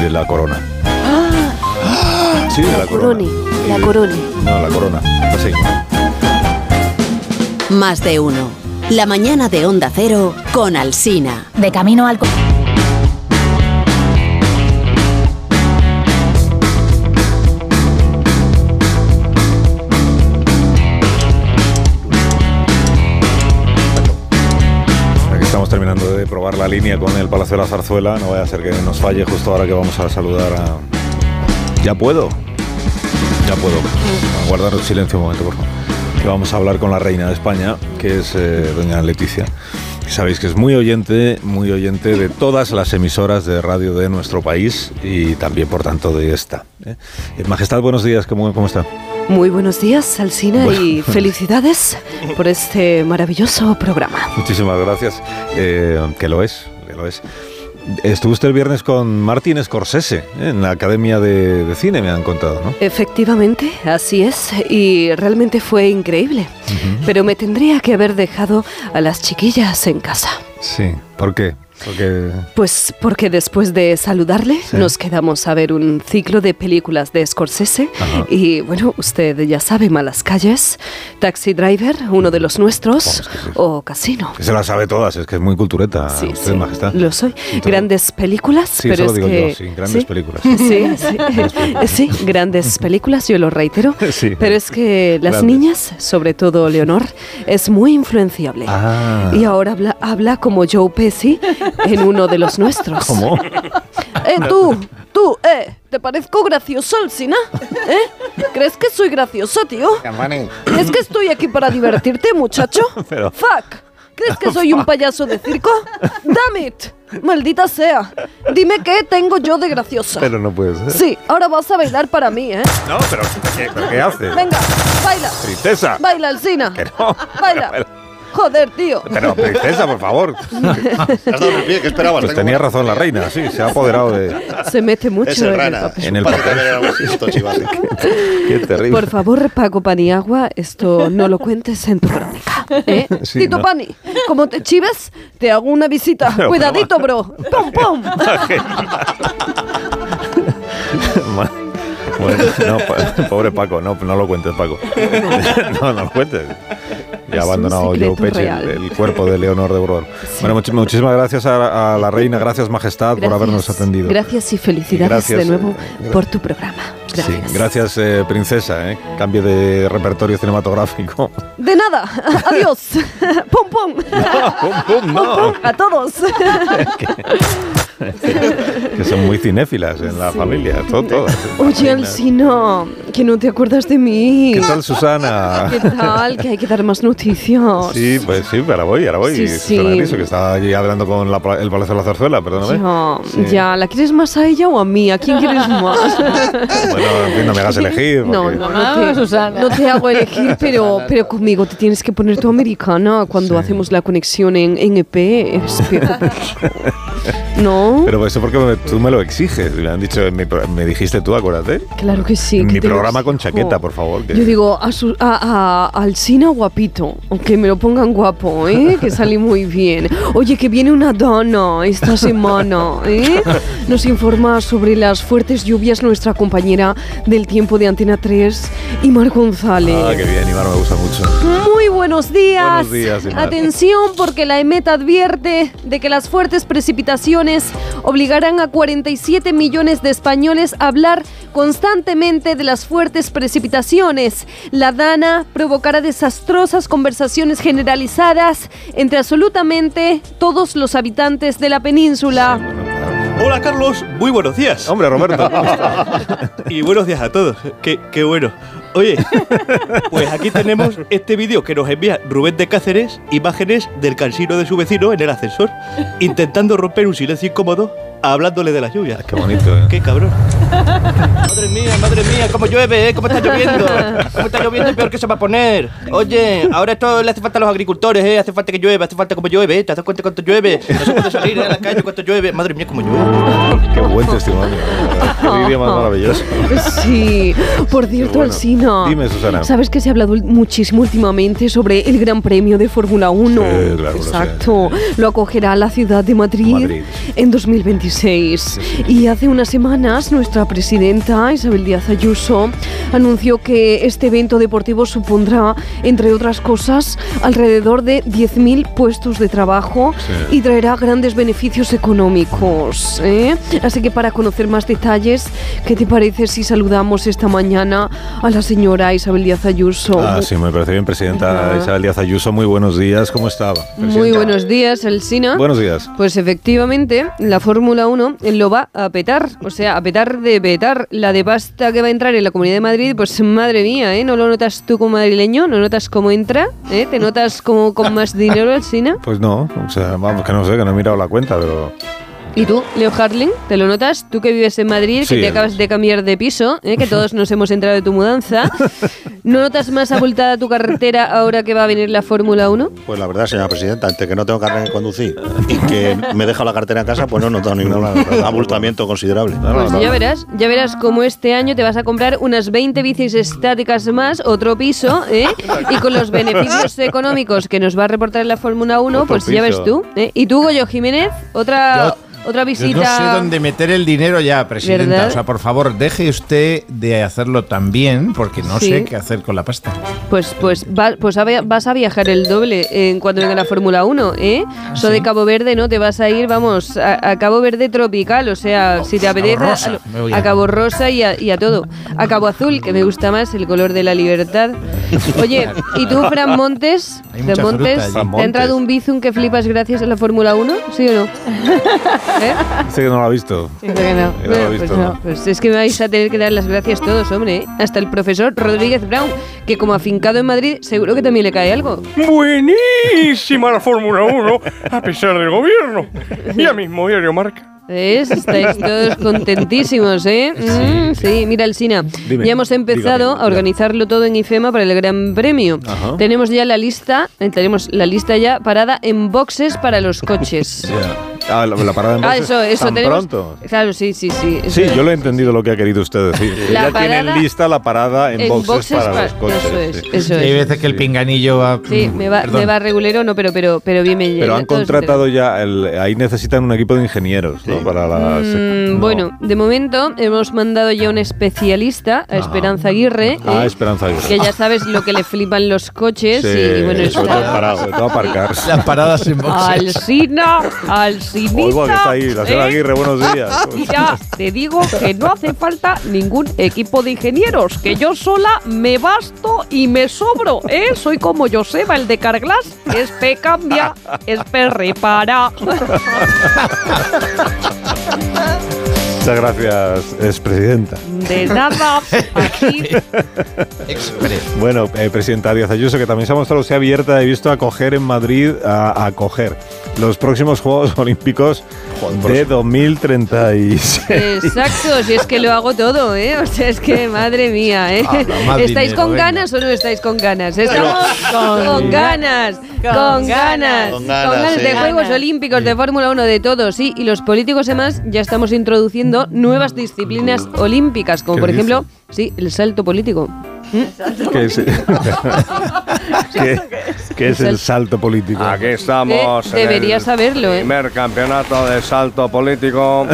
[SPEAKER 1] de la corona. Sí, de la corona.
[SPEAKER 8] Corone, la corone.
[SPEAKER 1] No, la corona. Así.
[SPEAKER 9] Más de uno. La mañana de Onda Cero con Alsina.
[SPEAKER 10] De camino al... co-
[SPEAKER 1] Aquí estamos terminando de probar la línea con el Palacio de la Zarzuela. No vaya a ser que nos falle justo ahora que vamos a saludar a. Ya puedo. Ya puedo. Guardar el silencio un momento, por favor. Que vamos a hablar con la reina de España, que es eh, doña Leticia. Y Sabéis que es muy oyente, muy oyente de todas las emisoras de radio de nuestro país y también, por tanto, de esta. ¿eh? Eh, Majestad, buenos días, ¿cómo, cómo está?
[SPEAKER 5] Muy buenos días, Alcina, y
[SPEAKER 1] Bueno.
[SPEAKER 5] felicidades por este maravilloso programa.
[SPEAKER 1] Muchísimas gracias. Eh, que lo es, que lo es. Estuvo usted el viernes con Martin Scorsese ¿eh? en la Academia de, de Cine, me han contado, ¿no?
[SPEAKER 5] Efectivamente, así es, y realmente fue increíble. Pero me tendría que haber dejado a las chiquillas en casa.
[SPEAKER 1] Sí. ¿Por qué? Porque.
[SPEAKER 5] Pues porque después de saludarle
[SPEAKER 1] Sí.
[SPEAKER 5] nos quedamos a ver un ciclo de películas de Scorsese
[SPEAKER 1] Ajá.
[SPEAKER 5] y bueno, usted ya sabe Malas Calles, Taxi Driver, uno de los nuestros,
[SPEAKER 1] Vamos, que sí.
[SPEAKER 5] o Casino.
[SPEAKER 1] que se las sabe todas, es que es muy cultureta,
[SPEAKER 5] Sí,
[SPEAKER 1] usted,
[SPEAKER 5] sí,
[SPEAKER 1] majestad.
[SPEAKER 5] Lo soy.
[SPEAKER 1] Y todo.
[SPEAKER 5] Grandes películas,
[SPEAKER 1] Sí,
[SPEAKER 5] pero
[SPEAKER 1] eso lo
[SPEAKER 5] es
[SPEAKER 1] digo
[SPEAKER 5] que
[SPEAKER 1] yo, sí, grandes
[SPEAKER 5] ¿sí?
[SPEAKER 1] películas.
[SPEAKER 5] Sí, sí, sí, grandes películas, yo lo reitero.
[SPEAKER 1] Sí.
[SPEAKER 5] Pero es que las
[SPEAKER 1] Grandes.
[SPEAKER 5] niñas, sobre todo Leonor, es muy influenciable.
[SPEAKER 1] Ah.
[SPEAKER 5] Y ahora habla, habla como Joe Pesci en uno de los nuestros.
[SPEAKER 1] ¿Cómo?
[SPEAKER 5] Eh, tú, tú, eh, ¿te parezco gracioso, Alcina? ¿Eh? ¿Crees que soy gracioso, tío? ¿Crees que estoy aquí para divertirte, muchacho?
[SPEAKER 1] Pero-
[SPEAKER 5] ¡Fuck! ¿Crees que soy un payaso de circo? ¡Damn it! ¡Maldita sea! Dime qué tengo yo de graciosa.
[SPEAKER 1] Pero no puede ser.
[SPEAKER 5] Sí, ahora vas a bailar para mí, ¿eh?
[SPEAKER 1] No, pero ¿qué, pero qué hace?
[SPEAKER 5] Venga, baila.
[SPEAKER 1] Tristeza.
[SPEAKER 5] Baila, Alcina.
[SPEAKER 1] Que no.
[SPEAKER 5] Baila.
[SPEAKER 1] Pero-
[SPEAKER 5] Joder, tío.
[SPEAKER 1] Pero, princesa, por favor.
[SPEAKER 4] Te has dado el pie, ¿qué esperabas?
[SPEAKER 1] Pues
[SPEAKER 4] Tengo-
[SPEAKER 1] tenía razón la reina, sí, se ha apoderado de.
[SPEAKER 5] Se mete mucho
[SPEAKER 4] Es
[SPEAKER 5] en el
[SPEAKER 4] rana.
[SPEAKER 5] papel.
[SPEAKER 1] En el papel. Qué terrible.
[SPEAKER 5] Por favor, Paco Paniagua, esto no lo cuentes en tu crónica. ¿eh?
[SPEAKER 1] Sí,
[SPEAKER 5] Tito
[SPEAKER 1] no.
[SPEAKER 5] Pani, como te chives, te hago una visita.
[SPEAKER 1] Pero bueno,
[SPEAKER 5] Cuidadito, bro. ¡Pum, pum!
[SPEAKER 1] Ma- Bueno, no, pa- pobre Paco, no, no lo cuentes, Paco. No, no lo cuentes. Ya ha
[SPEAKER 5] Es un
[SPEAKER 1] abandonado Joe
[SPEAKER 5] secreto
[SPEAKER 1] Peche
[SPEAKER 5] real.
[SPEAKER 1] el, el cuerpo de Leonor de Brouwer. Bueno, much- muchísimas gracias a, a la reina, gracias Majestad por habernos atendido.
[SPEAKER 5] Gracias y felicidades
[SPEAKER 1] Gracias,
[SPEAKER 5] de nuevo
[SPEAKER 1] eh, gra-
[SPEAKER 5] por tu programa. Gracias.
[SPEAKER 1] Sí, gracias eh, princesa, ¿eh? cambio de repertorio cinematográfico.
[SPEAKER 5] De nada. Adiós. ¡Pum, pum!
[SPEAKER 1] ¡Pum, pum,
[SPEAKER 5] ¡Pum!
[SPEAKER 1] no!
[SPEAKER 5] A todos.
[SPEAKER 1] Que son muy cinéfilas en la familia, to- todas.
[SPEAKER 5] Oye, Alcina, que no te acuerdas de mí.
[SPEAKER 1] ¿Qué tal Susana?
[SPEAKER 5] ¿Qué tal? Que hay que dar más noticias.
[SPEAKER 1] Sí, pues sí, ahora voy, ahora voy.
[SPEAKER 5] Sí,
[SPEAKER 1] Susana
[SPEAKER 5] sí.
[SPEAKER 1] Griso, que está allí hablando con la pla- el Palacio de la Zarzuela, perdóname.
[SPEAKER 5] Ya,
[SPEAKER 1] Sí.
[SPEAKER 5] ya, ¿la quieres más a ella o a mí? ¿A quién quieres más?
[SPEAKER 1] Bueno, Ah, en fin, no me hagas elegir.
[SPEAKER 5] No,
[SPEAKER 1] porque-
[SPEAKER 5] no,
[SPEAKER 2] Ah,
[SPEAKER 5] no te,
[SPEAKER 2] Susana.
[SPEAKER 5] no te hago elegir, pero, pero conmigo te tienes que poner tu americana cuando
[SPEAKER 1] Sí.
[SPEAKER 5] hacemos la conexión en, en E EP. Es que- ¿No?
[SPEAKER 1] Pero eso porque me- tú me lo exiges. Me han dicho, me, me dijiste tú, acuérdate.
[SPEAKER 5] claro que sí.
[SPEAKER 1] en
[SPEAKER 5] que
[SPEAKER 1] mi
[SPEAKER 5] te lo
[SPEAKER 1] programa con
[SPEAKER 5] exijo.
[SPEAKER 1] chaqueta, por favor. que-
[SPEAKER 5] Yo digo, a, su, a, a- al Sina guapito, aunque me lo pongan guapo, ¿eh? que salí muy bien. Oye, que viene una dona esta semana. ¿eh? Nos informa sobre las fuertes lluvias nuestra compañera del tiempo de Antena 3, Imar González.
[SPEAKER 1] Ah, qué bien, Ibar, me gusta mucho.
[SPEAKER 5] Muy buenos días.
[SPEAKER 1] Buenos días, Imar.
[SPEAKER 5] Atención porque la EMET advierte de que las fuertes precipitaciones obligarán a 47 millones de españoles a hablar constantemente de las fuertes precipitaciones. La dana provocará desastrosas conversaciones generalizadas entre absolutamente todos los habitantes de la península.
[SPEAKER 1] Bueno, claro.
[SPEAKER 10] Hola Carlos, muy buenos días.
[SPEAKER 1] Hombre, Roberto.
[SPEAKER 10] Y buenos días a todos. Qué, qué bueno. Oye, pues aquí tenemos este vídeo que nos envía Rubén de Cáceres, imágenes del cansino de su vecino en el ascensor, intentando romper un silencio incómodo, hablándole de las lluvias.
[SPEAKER 1] qué bonito, ¿eh?
[SPEAKER 10] Qué cabrón. Madre mía, madre mía, cómo llueve, ¿eh? cómo está lloviendo. Cómo está lloviendo y peor que se va a poner. Oye, ahora esto le hace falta a los agricultores, ¿eh? Hace falta que llueva, hace falta como llueve, ¿eh? ¿Te das cuenta cuánto llueve? No se puede salir eh, a la calle cuánto llueve. Madre mía, cómo llueve.
[SPEAKER 1] Qué buen testimonio. Qué vídeo más maravilloso.
[SPEAKER 5] Sí, por cierto,
[SPEAKER 1] bueno.
[SPEAKER 5] Alsina.
[SPEAKER 1] Dime, Susana.
[SPEAKER 5] Sabes que se ha hablado ul- muchísimo últimamente sobre el Gran Premio de Fórmula 1.
[SPEAKER 1] Sí, claro, lo sé.
[SPEAKER 5] Exacto. Lo acogerá la ciudad de Madrid,
[SPEAKER 1] Madrid.
[SPEAKER 5] en 2026. Y hace unas semanas, nuestra presidenta Isabel Díaz Ayuso anunció que este evento deportivo supondrá, entre otras cosas, alrededor de 10.000 puestos de trabajo
[SPEAKER 1] Sí.
[SPEAKER 5] y traerá grandes beneficios económicos. ¿eh? Así que para conocer más detalles, ¿qué te parece si saludamos esta mañana a la señora Isabel Díaz Ayuso?
[SPEAKER 1] Ah, sí, me parece bien, presidenta
[SPEAKER 5] Ajá.
[SPEAKER 1] Isabel Díaz Ayuso. Muy buenos días, ¿cómo estaba?
[SPEAKER 5] Muy buenos días, Elsina.
[SPEAKER 1] Buenos días.
[SPEAKER 5] Pues efectivamente, la Fórmula 1 lo va a petar, o sea, a petar de petar. La de pasta que va a entrar en la Comunidad de Madrid, pues madre mía, ¿eh? ¿No lo notas tú como madrileño? ¿No notas cómo entra? ¿Eh? ¿Te notas como con más dinero, Alsina?
[SPEAKER 1] Pues no, o sea, vamos, que no sé, que no he mirado la cuenta, pero.
[SPEAKER 5] ¿Y tú, Leo Harling? ¿Te lo notas? Tú que vives en Madrid,
[SPEAKER 1] Sí,
[SPEAKER 5] que te acabas de cambiar de piso, ¿eh? que todos nos hemos enterado de tu mudanza. ¿No notas más abultada tu carretera ahora que va a venir la Fórmula 1?
[SPEAKER 4] Pues la verdad, señora presidenta, ante que no tengo carne de conducir y que me deja la cartera en casa, pues no he notado ningún abultamiento considerable.
[SPEAKER 1] No, no,
[SPEAKER 5] Pues
[SPEAKER 1] no.
[SPEAKER 5] ya verás, ya verás cómo este año te vas a comprar unas 20 bicis estáticas más, otro piso, ¿eh? y con los beneficios económicos que nos va a reportar la Fórmula 1,
[SPEAKER 1] Otro
[SPEAKER 5] pues ya ves
[SPEAKER 1] piso.
[SPEAKER 5] tú. ¿eh? ¿Y tú, Goyo Jiménez? Otra, otra
[SPEAKER 6] Yo
[SPEAKER 5] visita.
[SPEAKER 6] no sé dónde meter el dinero ya, presidenta.
[SPEAKER 5] ¿Verdad?
[SPEAKER 6] O sea, por favor, deje usted de hacerlo también, porque no
[SPEAKER 5] Sí.
[SPEAKER 6] sé qué hacer con la pasta.
[SPEAKER 5] Pues, pues, va- pues a via- vas a viajar el doble en cuanto venga la Fórmula 1, ¿eh?
[SPEAKER 6] Ah,
[SPEAKER 5] Eso de Cabo Verde, ¿no? Te vas a ir, vamos, a, a Cabo Verde tropical, o sea, si te
[SPEAKER 6] Cabo
[SPEAKER 5] apetece, a-
[SPEAKER 6] Rosa, me voy
[SPEAKER 5] a,
[SPEAKER 6] a-
[SPEAKER 5] Cabo Rosa y a, y a todo. A Cabo Azul, que me gusta más, el color de la libertad. Oye, ¿y tú, Fran Montes?
[SPEAKER 6] Hay mucha
[SPEAKER 5] Fran
[SPEAKER 6] fruta
[SPEAKER 5] Montes,
[SPEAKER 6] allí.
[SPEAKER 5] ¿te
[SPEAKER 1] Fran
[SPEAKER 5] ha entrado
[SPEAKER 1] Montes.
[SPEAKER 5] un bizum que flipas gracias a la Fórmula 1? ¿Sí o no? ¿Eh?
[SPEAKER 1] Dice que no la ha visto.
[SPEAKER 3] Dice que no.
[SPEAKER 1] Que no lo ha
[SPEAKER 5] Bueno, pues,
[SPEAKER 1] visto,
[SPEAKER 5] no.
[SPEAKER 1] ¿no?
[SPEAKER 5] Pues es que me vais a tener que dar las gracias todos, hombre. ¿eh? Hasta el profesor Rodríguez Brown, que como afincado en Madrid, seguro que también le cae algo.
[SPEAKER 11] Buenísima la Fórmula 1, a pesar del gobierno. Ya mismo, Diario Marca.
[SPEAKER 5] ¿Ves? Estáis todos contentísimos, ¿eh? Mm, Sí, mira, Alsina,
[SPEAKER 11] Dime.
[SPEAKER 5] ya hemos empezado
[SPEAKER 11] Dígame,
[SPEAKER 5] a organizarlo todo en IFEMA para el Gran Premio.
[SPEAKER 11] Ajá.
[SPEAKER 5] Tenemos ya la lista, eh, tenemos la lista ya parada en boxes para los coches.
[SPEAKER 1] Ah, la, la parada en
[SPEAKER 5] Ah,
[SPEAKER 1] boxes
[SPEAKER 5] eso, eso
[SPEAKER 1] tan
[SPEAKER 5] tenemos.
[SPEAKER 1] pronto.
[SPEAKER 5] Claro, sí, sí, sí. eso
[SPEAKER 1] Sí,
[SPEAKER 5] es.
[SPEAKER 1] yo lo he entendido lo que ha querido usted decir.
[SPEAKER 5] La
[SPEAKER 1] ya
[SPEAKER 5] parada-
[SPEAKER 1] tienen lista la parada en,
[SPEAKER 5] en
[SPEAKER 1] boxes,
[SPEAKER 5] boxes
[SPEAKER 1] para
[SPEAKER 5] para-
[SPEAKER 1] los coches.
[SPEAKER 5] eso es,
[SPEAKER 1] sí.
[SPEAKER 5] eso
[SPEAKER 6] Hay
[SPEAKER 5] es.
[SPEAKER 6] veces que el pinganillo va.
[SPEAKER 5] Sí, me va,
[SPEAKER 6] Perdón.
[SPEAKER 5] me va regulero, no, pero, pero, pero bien me
[SPEAKER 1] Pero han
[SPEAKER 5] todo eso
[SPEAKER 1] contratado ya, el- ahí necesitan un equipo de ingenieros ¿no? para la...
[SPEAKER 5] Mm, Bueno, de momento hemos mandado ya un especialista, a Esperanza Aguirre.
[SPEAKER 1] Ah,
[SPEAKER 5] eh,
[SPEAKER 1] Esperanza Aguirre.
[SPEAKER 5] Que ya sabes lo que le flipan los coches
[SPEAKER 1] Sí,
[SPEAKER 5] y bueno,
[SPEAKER 1] sobre todo
[SPEAKER 5] está...
[SPEAKER 1] parado, sobre todo aparcar.
[SPEAKER 6] Las paradas en boxes.
[SPEAKER 5] Alsina, Alsinita.
[SPEAKER 1] Oigo que está ahí, la señora
[SPEAKER 5] ¿eh?
[SPEAKER 1] Aguirre, buenos días.
[SPEAKER 5] Mira, te digo que no hace falta ningún equipo de ingenieros, que yo sola me basto y me sobro, ¿eh? Soy como Joseba, el de Carglass, es pe cambia, es pe repara.
[SPEAKER 1] Muchas gracias, expresidenta.
[SPEAKER 5] De nada, aquí
[SPEAKER 1] Bueno, eh, presidenta Díaz Ayuso, que también se ha mostrado sea abierta, he visto acoger en Madrid, a, acoger los próximos Juegos Olímpicos de 2036.
[SPEAKER 5] Exacto, si es que lo hago todo, ¿eh? O sea, es que madre mía, ¿eh?
[SPEAKER 1] Ah, la más
[SPEAKER 5] ¿Estáis
[SPEAKER 1] dinero,
[SPEAKER 5] con
[SPEAKER 1] venga.
[SPEAKER 5] ganas o no estáis con ganas? Estamos
[SPEAKER 11] Con
[SPEAKER 5] con,
[SPEAKER 11] ganas,
[SPEAKER 5] ganas, con
[SPEAKER 11] con
[SPEAKER 5] ganas, con ganas de
[SPEAKER 11] sí.
[SPEAKER 5] Juegos
[SPEAKER 11] Ganas.
[SPEAKER 5] Olímpicos, de Fórmula 1, de todo, sí. Y los políticos, además, ya estamos introduciendo nuevas disciplinas olímpicas, como
[SPEAKER 1] ¿Qué
[SPEAKER 5] por
[SPEAKER 1] dices?
[SPEAKER 5] ejemplo, sí, el salto político.
[SPEAKER 1] ¿Qué es, ¿Qué- qué es el salto político?
[SPEAKER 12] Aquí estamos.
[SPEAKER 5] Eh, debería saberlo, ¿eh?
[SPEAKER 12] Primer campeonato de salto político.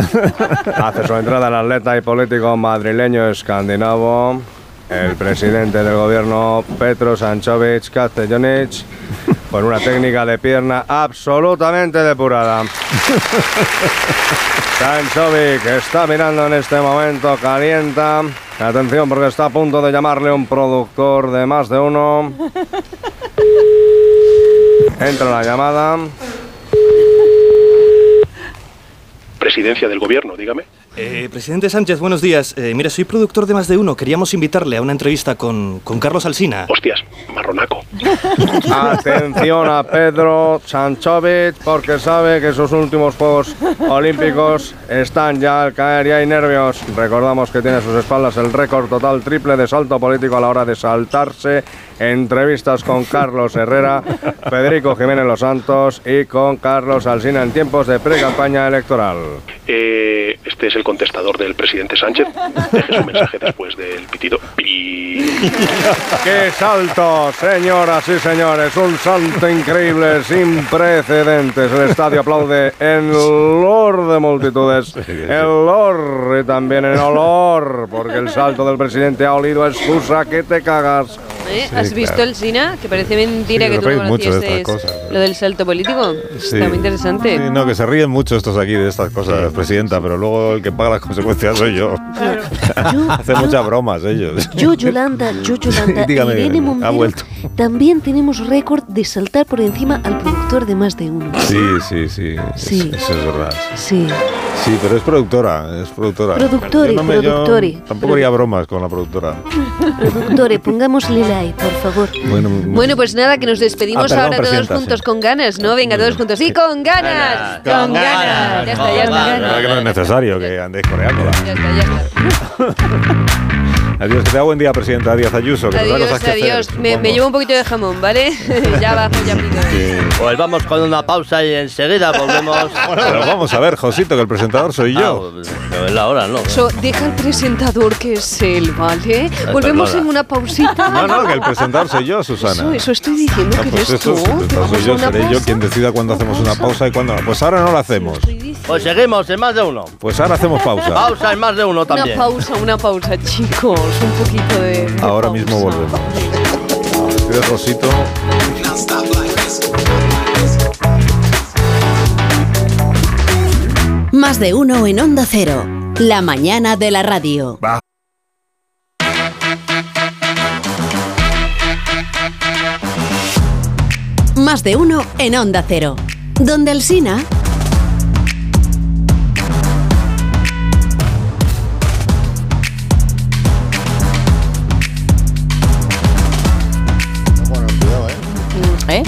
[SPEAKER 12] Hace su entrada el atleta y político madrileño escandinavo, el presidente del gobierno Petro Sanchovich Castellonich, con una técnica de pierna absolutamente depurada. Sanchovic está mirando en este momento, calienta. Atención porque está a punto de llamarle un productor de más de uno. Entra la llamada.
[SPEAKER 10] Presidencia del Gobierno, dígame. Eh, presidente Sánchez, buenos días. Eh, mira, soy productor de Más de Uno. Queríamos invitarle a una entrevista con, con Carlos Alsina. Hostias, marronaco.
[SPEAKER 12] Atención a Pedro Sanchovic porque sabe que sus últimos Juegos Olímpicos están ya al caer y hay nervios. Recordamos que tiene a sus espaldas el récord total triple de salto político a la hora de saltarse entrevistas con Carlos Herrera, Federico Jiménez Los Santos y con Carlos Alsina en tiempos de pre-campaña electoral.
[SPEAKER 13] este es el contestador del presidente Sánchez. Deje su mensaje después del pitido.
[SPEAKER 12] ¡Qué salto, señoras y señores! Un salto increíble, sin precedentes. El estadio aplaude en olor de multitudes. El olor y también en olor, porque el salto del presidente ha olido a excusa que te cagas.
[SPEAKER 5] ¿Eh?
[SPEAKER 12] Sí,
[SPEAKER 5] ¿Has visto
[SPEAKER 12] claro.
[SPEAKER 5] el Sina? Que parece mentira
[SPEAKER 1] Sí,
[SPEAKER 5] que
[SPEAKER 1] os
[SPEAKER 5] tú no
[SPEAKER 1] reís mucho de estas
[SPEAKER 5] conocieses
[SPEAKER 1] cosas.
[SPEAKER 5] lo del salto político.
[SPEAKER 1] Sí.
[SPEAKER 5] Está muy interesante.
[SPEAKER 1] Sí, no, que se ríen mucho estos aquí de estas cosas, presidenta, pero luego el que paga las consecuencias soy yo. Hace muchas bromas ellos.
[SPEAKER 8] Yo, Yolanda, yo, Yolanda,
[SPEAKER 1] Dígame, Ah,
[SPEAKER 8] Irene
[SPEAKER 1] ha
[SPEAKER 8] Montero,
[SPEAKER 1] vuelto.
[SPEAKER 8] también tenemos récord de saltar por encima al productor de más de uno.
[SPEAKER 1] Sí, sí, sí.
[SPEAKER 8] Sí.
[SPEAKER 1] es- Eso es verdad.
[SPEAKER 8] Sí.
[SPEAKER 1] Sí, pero es productora, es productora.
[SPEAKER 8] Productori,
[SPEAKER 1] Yo yo
[SPEAKER 8] productori.
[SPEAKER 1] Tampoco haría bromas con la productora.
[SPEAKER 8] Productores, pongámosle like, por favor.
[SPEAKER 1] Bueno,
[SPEAKER 5] Bueno, pues nada, que nos despedimos
[SPEAKER 1] Ah, perdón,
[SPEAKER 5] ahora todos
[SPEAKER 1] presidenta, Ah,
[SPEAKER 5] juntos con ganas, ¿no? Venga, todos juntos. Sí, con ganas. Con ganas. Ya está, ya
[SPEAKER 1] la verdad que no es
[SPEAKER 5] está.
[SPEAKER 1] necesario que andéis coreándola.
[SPEAKER 5] Ya está, ya está.
[SPEAKER 1] Adiós, que te da buen día, presidenta Díaz Ayuso. Que nos da cosas
[SPEAKER 5] Adiós,
[SPEAKER 1] que hacer,
[SPEAKER 5] adiós. Me,
[SPEAKER 1] supongo.
[SPEAKER 5] me llevo un poquito de jamón, ¿vale? ya bajo, ya pido.
[SPEAKER 7] Pues vamos con una pausa y enseguida volvemos.
[SPEAKER 1] Pero vamos a ver, Josito, que el presentador soy
[SPEAKER 7] Ah,
[SPEAKER 1] yo.
[SPEAKER 7] Pero es pues, la hora, ¿no?
[SPEAKER 5] So, deja al presentador que es él, ¿vale? Eh, Volvemos
[SPEAKER 1] perdona.
[SPEAKER 5] en una pausita.
[SPEAKER 1] No, no, que el presentador soy yo, Susana.
[SPEAKER 5] Eso, eso estoy diciendo
[SPEAKER 1] Ah,
[SPEAKER 5] que
[SPEAKER 1] pues
[SPEAKER 5] eres
[SPEAKER 1] eso,
[SPEAKER 5] tú.
[SPEAKER 1] si te
[SPEAKER 5] Vamos
[SPEAKER 1] soy
[SPEAKER 5] a
[SPEAKER 1] yo,
[SPEAKER 5] una
[SPEAKER 1] seré yo
[SPEAKER 5] pausa.
[SPEAKER 1] quien decida cuándo hacemos una pausa y cuándo no. Pues ahora no la hacemos.
[SPEAKER 7] Pues seguimos en más de uno.
[SPEAKER 1] Pues ahora hacemos pausa.
[SPEAKER 7] Pausa en más de uno
[SPEAKER 5] Una
[SPEAKER 7] también.
[SPEAKER 5] pausa, una pausa, chicos. Un poquito de.
[SPEAKER 1] Ahora mismo volvemos. Gracias, Rosito.
[SPEAKER 9] Más de uno en Onda Cero. La mañana de la radio. Más de uno en Onda Cero. Donde el Sina.
[SPEAKER 3] ¿Eh?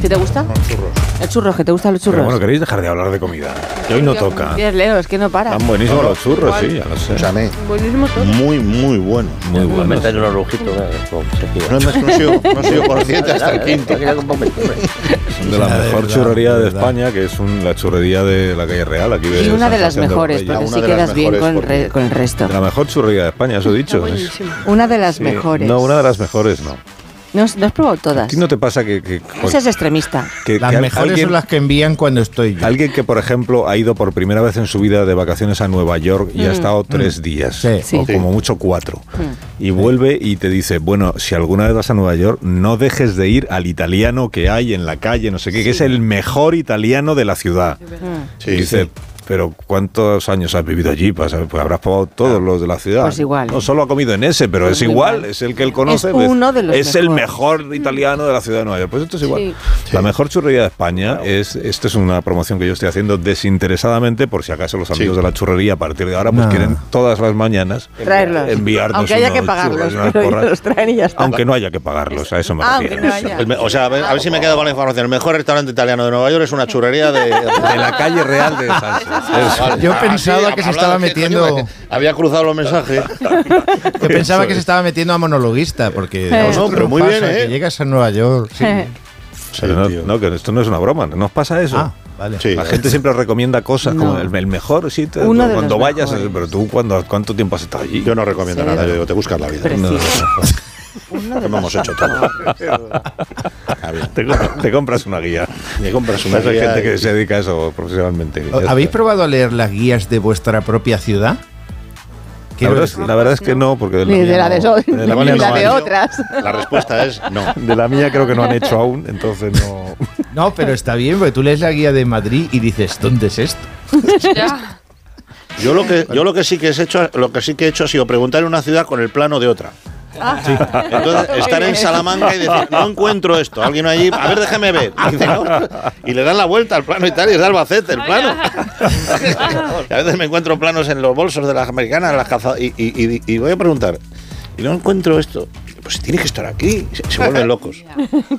[SPEAKER 3] ¿Qué te gusta?
[SPEAKER 1] Churros.
[SPEAKER 3] El churros, que te gustan los churros.
[SPEAKER 1] Pero bueno, queréis dejar de hablar de comida. Que hoy no toca.
[SPEAKER 3] Dios, Leo, es que no para.
[SPEAKER 1] Están buenísimos
[SPEAKER 4] No, no.
[SPEAKER 1] los churros,
[SPEAKER 3] ¿Cuál?
[SPEAKER 1] sí, ya lo sé.
[SPEAKER 3] Buenísimo todo.
[SPEAKER 4] Muy, muy bueno.
[SPEAKER 1] Muy bueno.
[SPEAKER 7] Me traen unos rujitos.
[SPEAKER 4] No, no, no he sido- no he sido consciente hasta el quinto.
[SPEAKER 1] Son de la
[SPEAKER 4] Ya, de
[SPEAKER 1] mejor
[SPEAKER 4] verdad,
[SPEAKER 1] churrería
[SPEAKER 4] de
[SPEAKER 1] de
[SPEAKER 4] verdad.
[SPEAKER 1] España, que es un- la churrería de la calle Real. Aquí
[SPEAKER 3] Y
[SPEAKER 1] de
[SPEAKER 3] una de
[SPEAKER 1] San
[SPEAKER 3] las
[SPEAKER 1] Sebastián
[SPEAKER 3] mejores,
[SPEAKER 1] los
[SPEAKER 3] porque
[SPEAKER 1] Reyes.
[SPEAKER 3] Una sí de las quedas bien mejores, con el re- con el resto.
[SPEAKER 1] De la mejor churrería de España, eso he dicho.
[SPEAKER 3] Una de las
[SPEAKER 1] Sí.
[SPEAKER 3] mejores.
[SPEAKER 1] No, una de las mejores no.
[SPEAKER 3] ¿No, has- no has probado todas?
[SPEAKER 1] ¿A ti no te pasa que... que-
[SPEAKER 4] Pues
[SPEAKER 3] Esa es extremista.
[SPEAKER 1] que-
[SPEAKER 6] Las
[SPEAKER 1] que al-
[SPEAKER 6] mejores
[SPEAKER 1] alguien-
[SPEAKER 6] son las que envían cuando estoy yo.
[SPEAKER 1] Alguien que, por ejemplo, ha ido por primera vez en su vida de vacaciones a Nueva York y
[SPEAKER 6] Mm.
[SPEAKER 1] ha estado tres días, o
[SPEAKER 6] Sí.
[SPEAKER 1] como mucho cuatro,
[SPEAKER 3] Mm.
[SPEAKER 1] y vuelve y te dice, bueno, si alguna vez vas a Nueva York, no dejes de ir al italiano que hay en la calle, no sé qué, que es el mejor italiano de la ciudad. y dice, pero ¿cuántos años has vivido allí? Pues, pues habrás probado todos los de la ciudad.
[SPEAKER 3] Pues igual. Pues
[SPEAKER 1] No solo ha comido en ese, pero es igual, es el que él conoce.
[SPEAKER 3] Es
[SPEAKER 1] pues,
[SPEAKER 3] uno de los Mm.
[SPEAKER 1] es el mejor italiano de la ciudad de Nueva York. Pues esto es igual.
[SPEAKER 3] Sí.
[SPEAKER 1] La mejor churrería de España es, esto es una promoción que yo estoy haciendo desinteresadamente, por si acaso los amigos de la churrería a partir de ahora pues
[SPEAKER 6] No.
[SPEAKER 1] quieren todas las mañanas
[SPEAKER 3] Traerlos.
[SPEAKER 1] enviarnos
[SPEAKER 3] Aunque haya
[SPEAKER 1] unos
[SPEAKER 3] que pagarlos,
[SPEAKER 1] churros y unas
[SPEAKER 3] pero
[SPEAKER 1] porras,
[SPEAKER 3] ellos los traen y ya está.
[SPEAKER 1] aunque no haya que pagarlos, a eso me
[SPEAKER 3] Ah,
[SPEAKER 1] refiero.
[SPEAKER 3] aunque no haya.
[SPEAKER 4] El me- O sea, a ver, a ver si me queda buena información. El mejor restaurante italiano de Nueva York es una churrería de, de
[SPEAKER 1] la calle Real de Sánchez.
[SPEAKER 6] Yo pensaba que se
[SPEAKER 4] Ah,
[SPEAKER 6] estaba
[SPEAKER 4] hablando, ¿qué
[SPEAKER 6] metiendo-
[SPEAKER 4] coño? Había cruzado los mensajes.
[SPEAKER 6] Yo pensaba
[SPEAKER 4] Eso
[SPEAKER 6] que
[SPEAKER 4] es.
[SPEAKER 6] se estaba metiendo a monologuista, porque
[SPEAKER 4] No,
[SPEAKER 6] a vosotros
[SPEAKER 4] pero
[SPEAKER 6] os
[SPEAKER 4] muy
[SPEAKER 6] pasa
[SPEAKER 4] bien, ¿eh?
[SPEAKER 6] que llegas a Nueva York. sí.
[SPEAKER 1] Pero no, no, que esto no es una broma, no os pasa eso.
[SPEAKER 6] Ah, vale. Sí.
[SPEAKER 1] la gente siempre recomienda cosas como el, el mejor sitio
[SPEAKER 6] Uno de
[SPEAKER 1] cuando
[SPEAKER 6] los
[SPEAKER 1] vayas, pero tú cuando, cuánto tiempo has estado allí. Yo
[SPEAKER 4] no recomiendo Sí. nada, yo digo, te buscas la vida. Precioso. Lo hemos hecho todo.
[SPEAKER 1] te, compra- te compras una guía.
[SPEAKER 4] Te compras
[SPEAKER 6] una
[SPEAKER 1] Hay
[SPEAKER 6] guía
[SPEAKER 1] gente
[SPEAKER 6] y-
[SPEAKER 1] que se dedica a eso profesionalmente. Ya está.
[SPEAKER 6] ¿Habéis probado a leer las guías de vuestra propia ciudad?
[SPEAKER 1] La verdad, es, la verdad es que no, porque de la
[SPEAKER 3] Ni
[SPEAKER 1] mía
[SPEAKER 3] de la
[SPEAKER 1] no-
[SPEAKER 3] de Sol, ni
[SPEAKER 1] mía
[SPEAKER 3] de
[SPEAKER 1] no
[SPEAKER 3] la
[SPEAKER 1] han
[SPEAKER 3] de
[SPEAKER 1] hecho.
[SPEAKER 3] otras.
[SPEAKER 4] La respuesta es no.
[SPEAKER 1] De la mía creo que no han hecho aún, entonces no.
[SPEAKER 6] No, pero está bien, porque tú lees la guía de Madrid y dices, ¿dónde es esto?
[SPEAKER 4] Yo lo que yo lo que sí que he hecho lo que sí que he hecho ha sido preguntar en una ciudad con el plano de otra. Entonces, estar en Salamanca y decir, no encuentro esto. Alguien allí, a ver, déjeme ver. Y, dice, "No". Y le dan la vuelta al plano y tal, y es de Albacete el plano. Y a veces me encuentro planos en los bolsos de las americanas, en las cazadas, y, y- y- y voy a preguntar, y no encuentro esto. Pues tiene que estar aquí. Se, se vuelven locos.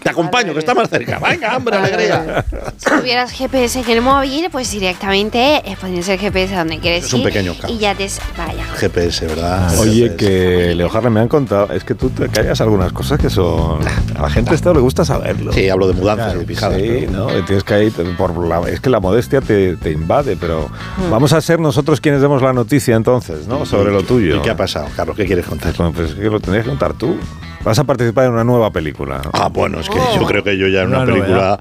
[SPEAKER 4] Te acompaño, que está más cerca. Venga, hombre, alegría.
[SPEAKER 11] Si tuvieras GPS en el móvil, pues directamente eh, pondrías el GPS a donde quieres
[SPEAKER 1] Es un
[SPEAKER 11] ir
[SPEAKER 1] pequeño caos.
[SPEAKER 11] y ya te... Vaya.
[SPEAKER 4] GPS, ¿verdad?
[SPEAKER 1] Oye, que Leo Harlem me han contado, es que tú te callas algunas cosas que son. A la gente esto le gusta saberlo.
[SPEAKER 4] Sí, hablo de mudanzas y de pijadas,
[SPEAKER 1] Sí,
[SPEAKER 4] pero-
[SPEAKER 1] no, y tienes que ir por la- es que la modestia te, te invade, pero vamos a ser nosotros quienes demos la noticia entonces, ¿no? Sobre lo tuyo.
[SPEAKER 4] ¿Y qué ha pasado, Carlos? ¿Qué quieres contar?
[SPEAKER 1] Bueno, pues es que lo tendrías que contar tú. Vas a participar en una nueva película. Oh.
[SPEAKER 4] Ah, bueno, es que yo creo que yo ya en una película.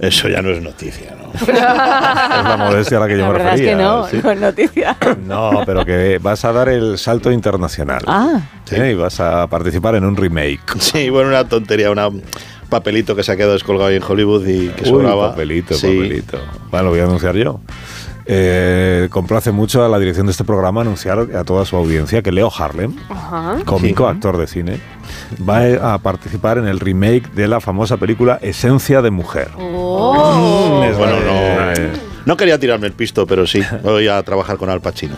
[SPEAKER 4] Eso ya no es noticia, ¿no?
[SPEAKER 1] Es la modestia a la que yo
[SPEAKER 3] La
[SPEAKER 1] me
[SPEAKER 3] verdad es
[SPEAKER 1] refería.
[SPEAKER 3] que no,
[SPEAKER 1] sí.
[SPEAKER 3] no es noticia.
[SPEAKER 1] No, pero que vas a dar el salto internacional.
[SPEAKER 3] Ah.
[SPEAKER 1] ¿eh? Y vas a participar en un remake.
[SPEAKER 4] Sí, bueno, una tontería, una- un papelito que se ha quedado descolgado ahí en Hollywood y que
[SPEAKER 1] Uy,
[SPEAKER 4] sobraba.
[SPEAKER 1] papelito,
[SPEAKER 4] Sí.
[SPEAKER 1] papelito. Bueno, lo voy a anunciar yo. Eh, complace mucho a la dirección de este programa anunciar a toda su audiencia que Leo Harlem,
[SPEAKER 11] Ajá.
[SPEAKER 1] cómico, actor de cine, va a participar en el remake de la famosa película Esencia de Mujer. Oh.
[SPEAKER 4] Mm, bueno, no. No quería tirarme el pisto, pero sí. Voy a trabajar con Al Pacino.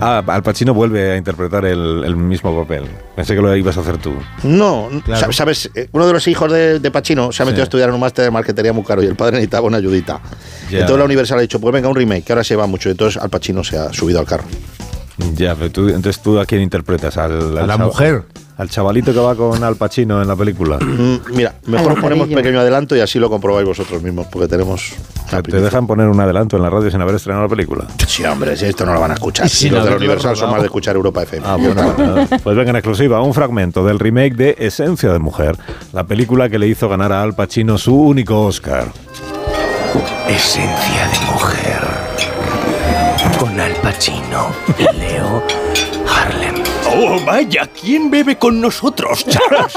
[SPEAKER 1] Ah, Al Pacino vuelve a interpretar el, el mismo papel. Pensé que lo ibas a hacer tú.
[SPEAKER 4] No,
[SPEAKER 1] Claro.
[SPEAKER 4] sa- sabes, eh, uno de los hijos de, de Pacino se ha metido a estudiar en un máster de marquetería muy caro y el padre necesitaba una ayudita.
[SPEAKER 1] Ya.
[SPEAKER 4] Entonces la Universal ha dicho, pues venga, un remake, que ahora se va mucho. Entonces Al Pacino se ha subido al carro.
[SPEAKER 1] Ya, pero tú, entonces tú a quién interpretas? ¿Al,
[SPEAKER 4] A la
[SPEAKER 1] chava-
[SPEAKER 4] mujer.
[SPEAKER 1] ¿Al chavalito que va con Al Pacino en la película?
[SPEAKER 4] Mm, Mira, mejor os ponemos pequeño adelanto y así lo comprobáis vosotros mismos, porque tenemos...
[SPEAKER 1] ¿Te dejan poner un adelanto en la radio sin haber estrenado la película?
[SPEAKER 4] Sí, hombre, si esto no lo van a escuchar.
[SPEAKER 1] Y
[SPEAKER 4] Si
[SPEAKER 1] sin
[SPEAKER 4] los de la
[SPEAKER 1] haberlo
[SPEAKER 4] Universal son
[SPEAKER 1] rodado.
[SPEAKER 4] más de escuchar Europa FM.
[SPEAKER 1] Ah,
[SPEAKER 4] Yo
[SPEAKER 1] bueno,
[SPEAKER 4] no.
[SPEAKER 1] bueno. Pues venga en exclusiva, un fragmento del remake de Esencia de Mujer, la película que le hizo ganar a Al Pacino su único Oscar.
[SPEAKER 14] Esencia de mujer. Con Al Pacino y Leo Harlem.
[SPEAKER 10] Oh, vaya, ¿quién bebe con nosotros, Charles?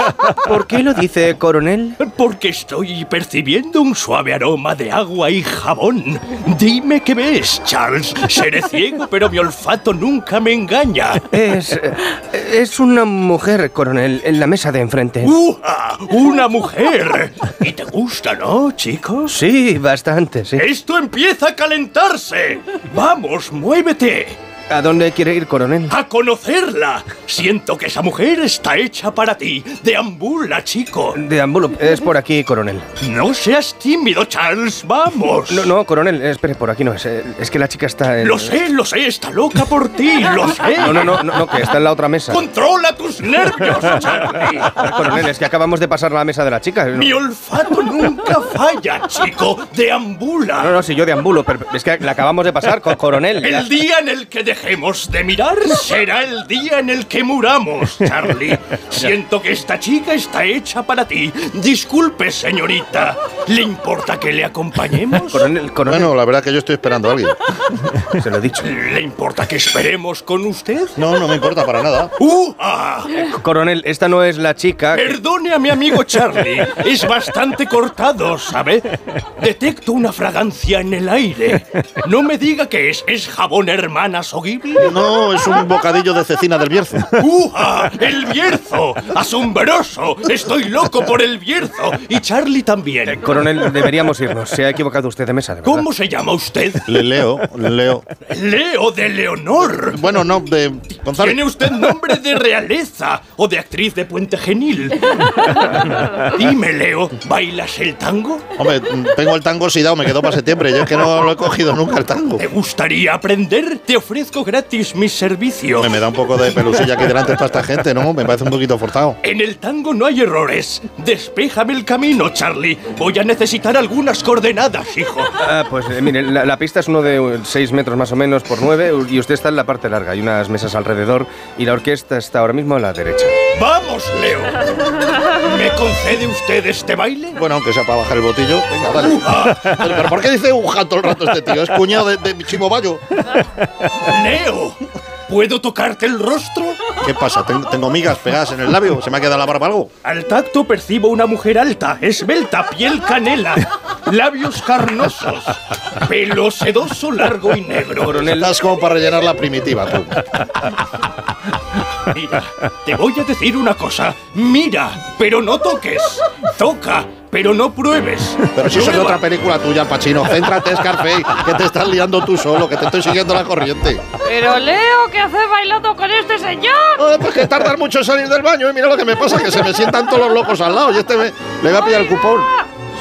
[SPEAKER 7] ¿Por qué lo dice, coronel?
[SPEAKER 10] Porque estoy percibiendo un suave aroma de agua y jabón. Dime qué ves, Charles. Seré ciego, pero mi olfato nunca me engaña.
[SPEAKER 15] Es, es una mujer, coronel, en la mesa de enfrente.
[SPEAKER 16] ¡Uh!
[SPEAKER 10] ¡Uja! ¡Una mujer! ¿Y te gusta, no, chicos?
[SPEAKER 15] Sí, bastante, sí.
[SPEAKER 10] ¡Esto empieza a calentarse! ¡Vamos, muévete!
[SPEAKER 15] ¿A dónde quiere ir, coronel?
[SPEAKER 16] ¡A conocerla! Siento que esa mujer está hecha para ti. Deambula, chico.
[SPEAKER 15] Deambulo, es por aquí, coronel.
[SPEAKER 16] No seas tímido, Charles. Vamos.
[SPEAKER 15] No, no, coronel, espere, por aquí no es. eh, Es que la chica está en.
[SPEAKER 16] Lo sé, lo sé. Está loca por ti. Lo sé.
[SPEAKER 15] No, no, no, no, no, que está en la otra mesa.
[SPEAKER 16] Controla tus nervios, Charlie.
[SPEAKER 15] Coronel, es que acabamos de pasar la mesa de la chica. No,
[SPEAKER 16] Mi olfato nunca falla, chico. Deambula.
[SPEAKER 15] no, no, si yo deambulo, pero es que la acabamos de pasar con coronel. ya.
[SPEAKER 16] El día en el que dejemos de mirar será el día en el que muramos, Charlie. Siento que esta chica está hecha para ti. Disculpe, señorita. ¿Le importa que le acompañemos?
[SPEAKER 4] Bueno, la verdad es que yo estoy esperando a alguien.
[SPEAKER 15] Se lo he dicho.
[SPEAKER 16] ¿Le importa que esperemos con usted?
[SPEAKER 4] No, no me importa para nada.
[SPEAKER 16] ¡Uh! ah!
[SPEAKER 15] Eh, Coronel, esta no es la chica.
[SPEAKER 16] Perdone a mi amigo Charlie. Es bastante cortado, ¿sabe? Detecto una fragancia en el aire. No me diga que es. ¿Es jabón hermanas o
[SPEAKER 4] No, es un bocadillo de cecina del Bierzo.
[SPEAKER 16] ¡Uja! ¡El Bierzo! ¡Asombroso! Estoy loco por el Bierzo. Y Charlie también.
[SPEAKER 15] Eh, Coronel, deberíamos irnos. Se ha equivocado usted de mesa, de verdad.
[SPEAKER 16] ¿Cómo se llama usted?
[SPEAKER 4] Le leo, le leo.
[SPEAKER 16] Leo de Leonor.
[SPEAKER 4] Bueno, no, de Gonzalo.
[SPEAKER 16] Tiene usted nombre de realeza o de actriz de Puente Genil. Dime, Leo, ¿bailas el tango?
[SPEAKER 4] Hombre, tengo el tango oxidado, me quedó para septiembre. Yo es que no lo he cogido nunca el tango.
[SPEAKER 16] ¿Te gustaría aprender? Te ofrezco gratis mis servicios.
[SPEAKER 4] Hombre, me da un poco de pelusilla aquí delante para esta gente, ¿no? Me parece un poquito forzado.
[SPEAKER 16] En el tango no hay errores. Despéjame el camino, Charlie. Voy a necesitar algunas coordenadas, hijo.
[SPEAKER 15] Ah, pues eh, mire, la, la pista es uno de 6 metros más o menos por 9 y usted está en la parte larga. Hay unas mesas alrededor y la orquesta está ahora mismo a la derecha.
[SPEAKER 16] ¡Vamos, Leo! ¿Me concede usted este baile?
[SPEAKER 4] Bueno, aunque sea para bajar el botillo, venga, dale. Pero, pero ¿por qué dice uja todo el rato este tío? Es cuñado de, de Chimo Bayo.
[SPEAKER 16] ¡Leo! ¿Puedo tocarte el rostro?
[SPEAKER 4] ¿Qué pasa? Ten- Tengo migas pegadas en el labio. ¿Se me ha quedado la barba algo?
[SPEAKER 16] Al tacto percibo una mujer alta, esbelta, piel canela, labios carnosos, pelo sedoso largo y negro.
[SPEAKER 4] Estás como para rellenar la primitiva, tú.
[SPEAKER 16] Mira, te voy a decir una cosa. Mira, pero no toques. Toca, pero no pruebes.
[SPEAKER 4] Pero si eso es
[SPEAKER 16] Prueba.
[SPEAKER 4] otra película tuya, Pachino. Céntrate, Scarface, que te estás liando tú solo, que te estoy siguiendo la corriente.
[SPEAKER 17] Pero Leo, ¿qué hace bailando con este señor?
[SPEAKER 4] Joder, pues que tardas mucho en salir del baño y mira lo que me pasa, que se me sientan todos los locos al lado y este me, le va a pillar el cupón.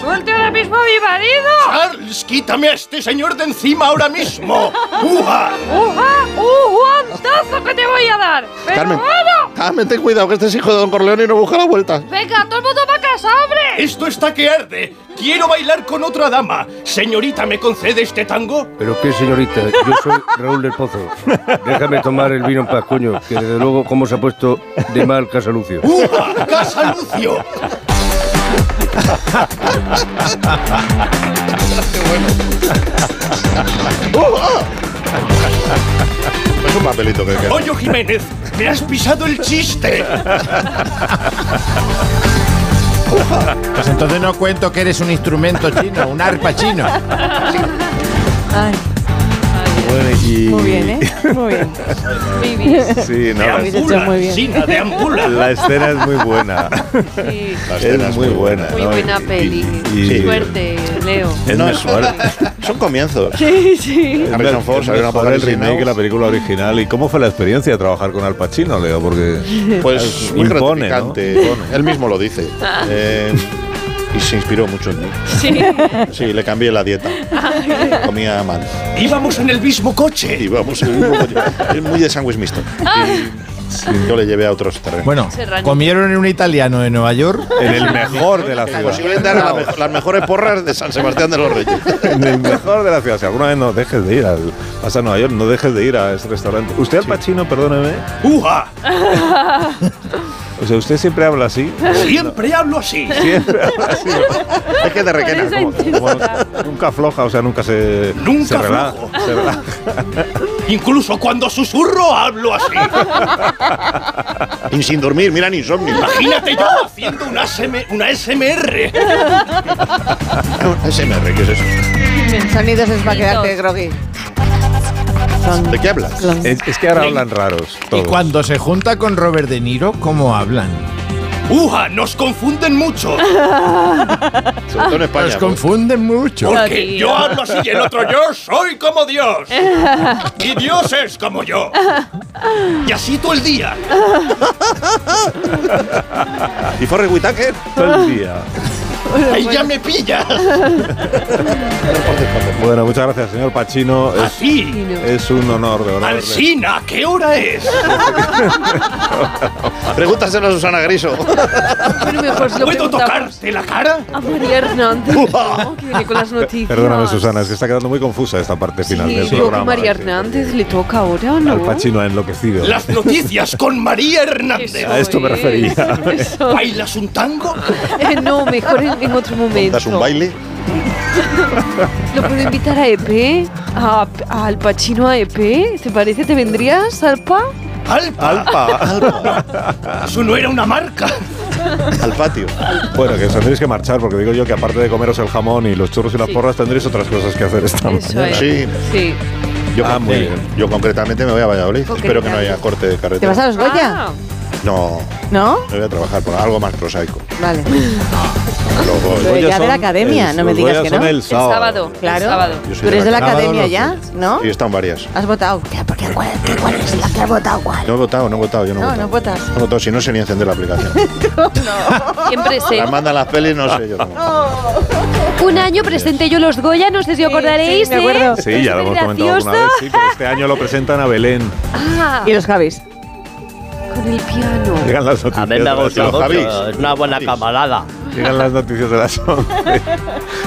[SPEAKER 17] ¡Suelte ahora mismo a mi marido!
[SPEAKER 16] Charles, quítame a este señor de encima ahora mismo. ¡Uja!
[SPEAKER 17] ¡Uja! ¡Un guantazo que te voy a dar! ¡Pero
[SPEAKER 4] Carmen,
[SPEAKER 17] bueno!
[SPEAKER 4] Carmen, ten cuidado, que este es hijo de Don Corleone y no busca la vuelta.
[SPEAKER 17] ¡Venga, todo el mundo para casa, hombre!
[SPEAKER 16] Esto está que arde. Quiero bailar con otra dama. Señorita, ¿me concede este tango?
[SPEAKER 12] Pero qué señorita, yo soy Raúl del Pozo. Déjame tomar el vino en paz, coño, que desde luego cómo se ha puesto de mal Casalucio.
[SPEAKER 16] ¡Uja! ¡Casa Lucio! Oh,
[SPEAKER 4] Es un papelito que queda.
[SPEAKER 16] Pollo Jiménez, me has pisado el chiste.
[SPEAKER 6] Pues entonces no cuento que eres un instrumento chino, un arpa chino.
[SPEAKER 3] Muy bien, ¿eh? Muy bien.
[SPEAKER 1] Sí, no,
[SPEAKER 3] Lo habéis hecho muy bien.
[SPEAKER 16] Sina, deambula.
[SPEAKER 1] La escena es muy buena. La escena es muy buena.
[SPEAKER 2] Muy
[SPEAKER 1] ¿no?
[SPEAKER 2] buena
[SPEAKER 1] Y-
[SPEAKER 2] peli.
[SPEAKER 1] y- y-
[SPEAKER 2] Suerte, Leo.
[SPEAKER 1] Es
[SPEAKER 4] No,
[SPEAKER 1] muy
[SPEAKER 4] es-
[SPEAKER 1] suerte.
[SPEAKER 4] Son comienzos.
[SPEAKER 2] Sí, sí.
[SPEAKER 4] Harrison Ford
[SPEAKER 1] Es
[SPEAKER 4] salió en
[SPEAKER 1] mejor el
[SPEAKER 4] Apocalipsis
[SPEAKER 1] remake
[SPEAKER 4] Now.
[SPEAKER 1] que la película original. ¿Y cómo fue la experiencia de trabajar con Al Pacino, Leo? Porque
[SPEAKER 4] Pues muy
[SPEAKER 1] impone, ¿no?
[SPEAKER 4] gratificante. Él mismo lo dice. Eh, y se inspiró mucho en mí.
[SPEAKER 2] Sí.
[SPEAKER 4] Sí, le cambié la dieta. Comía mal.
[SPEAKER 16] Íbamos en el mismo coche.
[SPEAKER 4] Y vamos, el mismo coche. es muy de sándwich mixto. Y Yo le llevé a otros terrenos.
[SPEAKER 6] Bueno, comieron en un italiano de Nueva York.
[SPEAKER 1] En el mejor de la
[SPEAKER 4] Que
[SPEAKER 1] ciudad.
[SPEAKER 4] posiblemente eran la mejor- las mejores porras de San Sebastián de los Reyes.
[SPEAKER 1] En el mejor de la ciudad. Si alguna vez no dejes de ir al, vas a Nueva York, no dejes de ir a ese restaurante. Usted, Al Pacino, perdóneme.
[SPEAKER 16] ¡Uja!
[SPEAKER 1] O sea, usted siempre habla así.
[SPEAKER 16] Siempre hablo así.
[SPEAKER 1] Siempre habla así.
[SPEAKER 4] Es que te requena.
[SPEAKER 1] Como- como nunca afloja, o sea, nunca se.
[SPEAKER 16] Nunca
[SPEAKER 1] se relaja,
[SPEAKER 16] aflojo.
[SPEAKER 1] se relaja.
[SPEAKER 16] Incluso cuando susurro hablo así.
[SPEAKER 4] Y sin dormir, mira, ni insomnio.
[SPEAKER 16] Imagínate yo haciendo una, SM una SMR.
[SPEAKER 4] SMR, ¿qué es eso?
[SPEAKER 3] Sonidos es para quedarte groggy.
[SPEAKER 4] ¿De qué hablas?
[SPEAKER 1] Es, es que ahora hablan raros.
[SPEAKER 6] Y
[SPEAKER 1] todos.
[SPEAKER 6] cuando se junta con Robert De Niro, ¿cómo hablan?
[SPEAKER 16] ¡Uja! ¡Nos confunden mucho!
[SPEAKER 4] Sobre todo en España.
[SPEAKER 6] Nos confunden mucho.
[SPEAKER 16] Porque yo hablo así y el otro yo soy como Dios. Y Dios es como yo. Y así todo el día.
[SPEAKER 4] ¿Y Forrest Whitaker?
[SPEAKER 1] Todo el día.
[SPEAKER 16] ¡Ahí ya me pillas!
[SPEAKER 1] Bueno, muchas gracias, señor Pachino. Es,
[SPEAKER 16] Así.
[SPEAKER 1] es un honor, de verdad.
[SPEAKER 16] Alcina, ¿qué hora es?
[SPEAKER 4] Pregúntaselo a Susana Griso.
[SPEAKER 5] Pero mejor
[SPEAKER 17] Pues
[SPEAKER 5] se lo
[SPEAKER 16] ¿Puedo
[SPEAKER 5] preguntamos
[SPEAKER 16] tocarte la cara?
[SPEAKER 5] A María Hernández.
[SPEAKER 17] Oh,
[SPEAKER 5] ¿no? Que viene con las noticias.
[SPEAKER 1] Perdóname, Susana, es que está quedando muy confusa esta parte final
[SPEAKER 5] Sí,
[SPEAKER 1] del
[SPEAKER 5] creo que
[SPEAKER 1] programa.
[SPEAKER 5] María Hernández le toca ahora, ¿o ¿no?
[SPEAKER 1] Al Pachino ha enloquecido.
[SPEAKER 16] Las noticias con María Hernández.
[SPEAKER 1] A esto me refería.
[SPEAKER 16] ¿Bailas un tango?
[SPEAKER 5] Eh, no, mejor en, en otro momento.
[SPEAKER 4] ¿Das un baile?
[SPEAKER 5] ¿Lo puedo invitar a EP? ¿A, a ¿Al Pachino a EP? ¿Te parece? ¿Te vendrías, Alpa?
[SPEAKER 16] ¡Alpa!
[SPEAKER 1] Alpa.
[SPEAKER 16] Eso no era una marca.
[SPEAKER 4] Al patio.
[SPEAKER 1] Bueno, que os tendréis que marchar, porque digo yo que aparte de comeros el jamón y los churros y las
[SPEAKER 5] Sí.
[SPEAKER 1] porras, tendréis otras cosas que hacer esta mañana.
[SPEAKER 4] Sí.
[SPEAKER 5] Sí.
[SPEAKER 4] Yo,
[SPEAKER 1] Ah,
[SPEAKER 4] con-
[SPEAKER 1] muy
[SPEAKER 4] eh,
[SPEAKER 1] bien.
[SPEAKER 4] yo concretamente me voy a Valladolid. Espero que no haya corte de
[SPEAKER 3] ¿Te
[SPEAKER 4] carretera.
[SPEAKER 3] vas a los
[SPEAKER 4] Ah.
[SPEAKER 3] Goya?
[SPEAKER 4] No,
[SPEAKER 3] ¿No?
[SPEAKER 4] me voy a trabajar por algo más prosaico.
[SPEAKER 3] Vale.
[SPEAKER 4] Los Goya
[SPEAKER 3] Pero Pues ya de
[SPEAKER 4] son
[SPEAKER 3] la academia,
[SPEAKER 4] el-
[SPEAKER 3] no me
[SPEAKER 4] los
[SPEAKER 3] digas
[SPEAKER 4] Goya
[SPEAKER 3] que
[SPEAKER 4] son
[SPEAKER 3] no.
[SPEAKER 4] el sábado.
[SPEAKER 3] Claro.
[SPEAKER 4] El sábado. Yo soy
[SPEAKER 3] Tú eres de la
[SPEAKER 4] Sábado
[SPEAKER 3] academia
[SPEAKER 4] los
[SPEAKER 3] ya, ¿no?
[SPEAKER 4] Y están varias.
[SPEAKER 3] ¿Has votado? porque cuál, es la que ha votado cuál?
[SPEAKER 4] No he votado, no he votado, yo no he
[SPEAKER 3] No,
[SPEAKER 4] votado.
[SPEAKER 3] no votas.
[SPEAKER 4] No he votado, si no sé ni encender la aplicación.
[SPEAKER 5] Siempre sé.
[SPEAKER 4] Las mandan las pelis, no sé yo. tampoco.
[SPEAKER 5] Un año presenté yo los Goya, no sé si os acordaréis,
[SPEAKER 3] sí, me acuerdo.
[SPEAKER 5] ¿eh?
[SPEAKER 1] Sí, ya lo hemos comentado alguna vez, sí, pero este año lo presentan a Belén.
[SPEAKER 5] Ah,
[SPEAKER 3] ¿Y los Javis?
[SPEAKER 5] con el piano.
[SPEAKER 1] Llegan las noticias.
[SPEAKER 7] A mí me
[SPEAKER 1] de
[SPEAKER 7] ha
[SPEAKER 1] las
[SPEAKER 7] gustado
[SPEAKER 1] once.
[SPEAKER 7] mucho, es una buena camarada.
[SPEAKER 1] Llegan las noticias de las 11.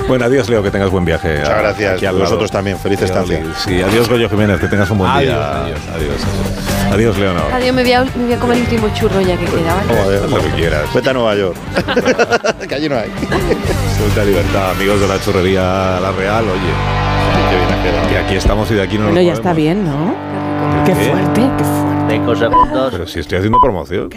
[SPEAKER 1] Bueno, adiós, Leo, que tengas buen viaje.
[SPEAKER 4] Muchas gracias. Vosotros también, feliz
[SPEAKER 1] tardes.
[SPEAKER 4] estancia.
[SPEAKER 1] Sí, adiós, Goyo Jiménez, que tengas un buen
[SPEAKER 6] Adiós,
[SPEAKER 1] día.
[SPEAKER 6] adiós.
[SPEAKER 1] adiós. Adiós, adiós Leonor.
[SPEAKER 5] Adiós, me voy, a, me voy a comer el último churro ya que quedaba.
[SPEAKER 1] Oh, adiós, lo que quieras.
[SPEAKER 4] Vete a Nueva York. que allí no hay.
[SPEAKER 1] Suelta libertad, amigos de la churrería La Real, oye.
[SPEAKER 4] Qué bien ha quedado.
[SPEAKER 1] Que aquí estamos y de aquí no
[SPEAKER 3] Bueno,
[SPEAKER 1] nos
[SPEAKER 3] ya está bien, ¿no?
[SPEAKER 1] movemos.
[SPEAKER 3] Qué
[SPEAKER 1] ¿Eh?
[SPEAKER 3] fuerte, qué fuerte.
[SPEAKER 7] Cinco segundos.
[SPEAKER 1] Pero si estoy haciendo promoción.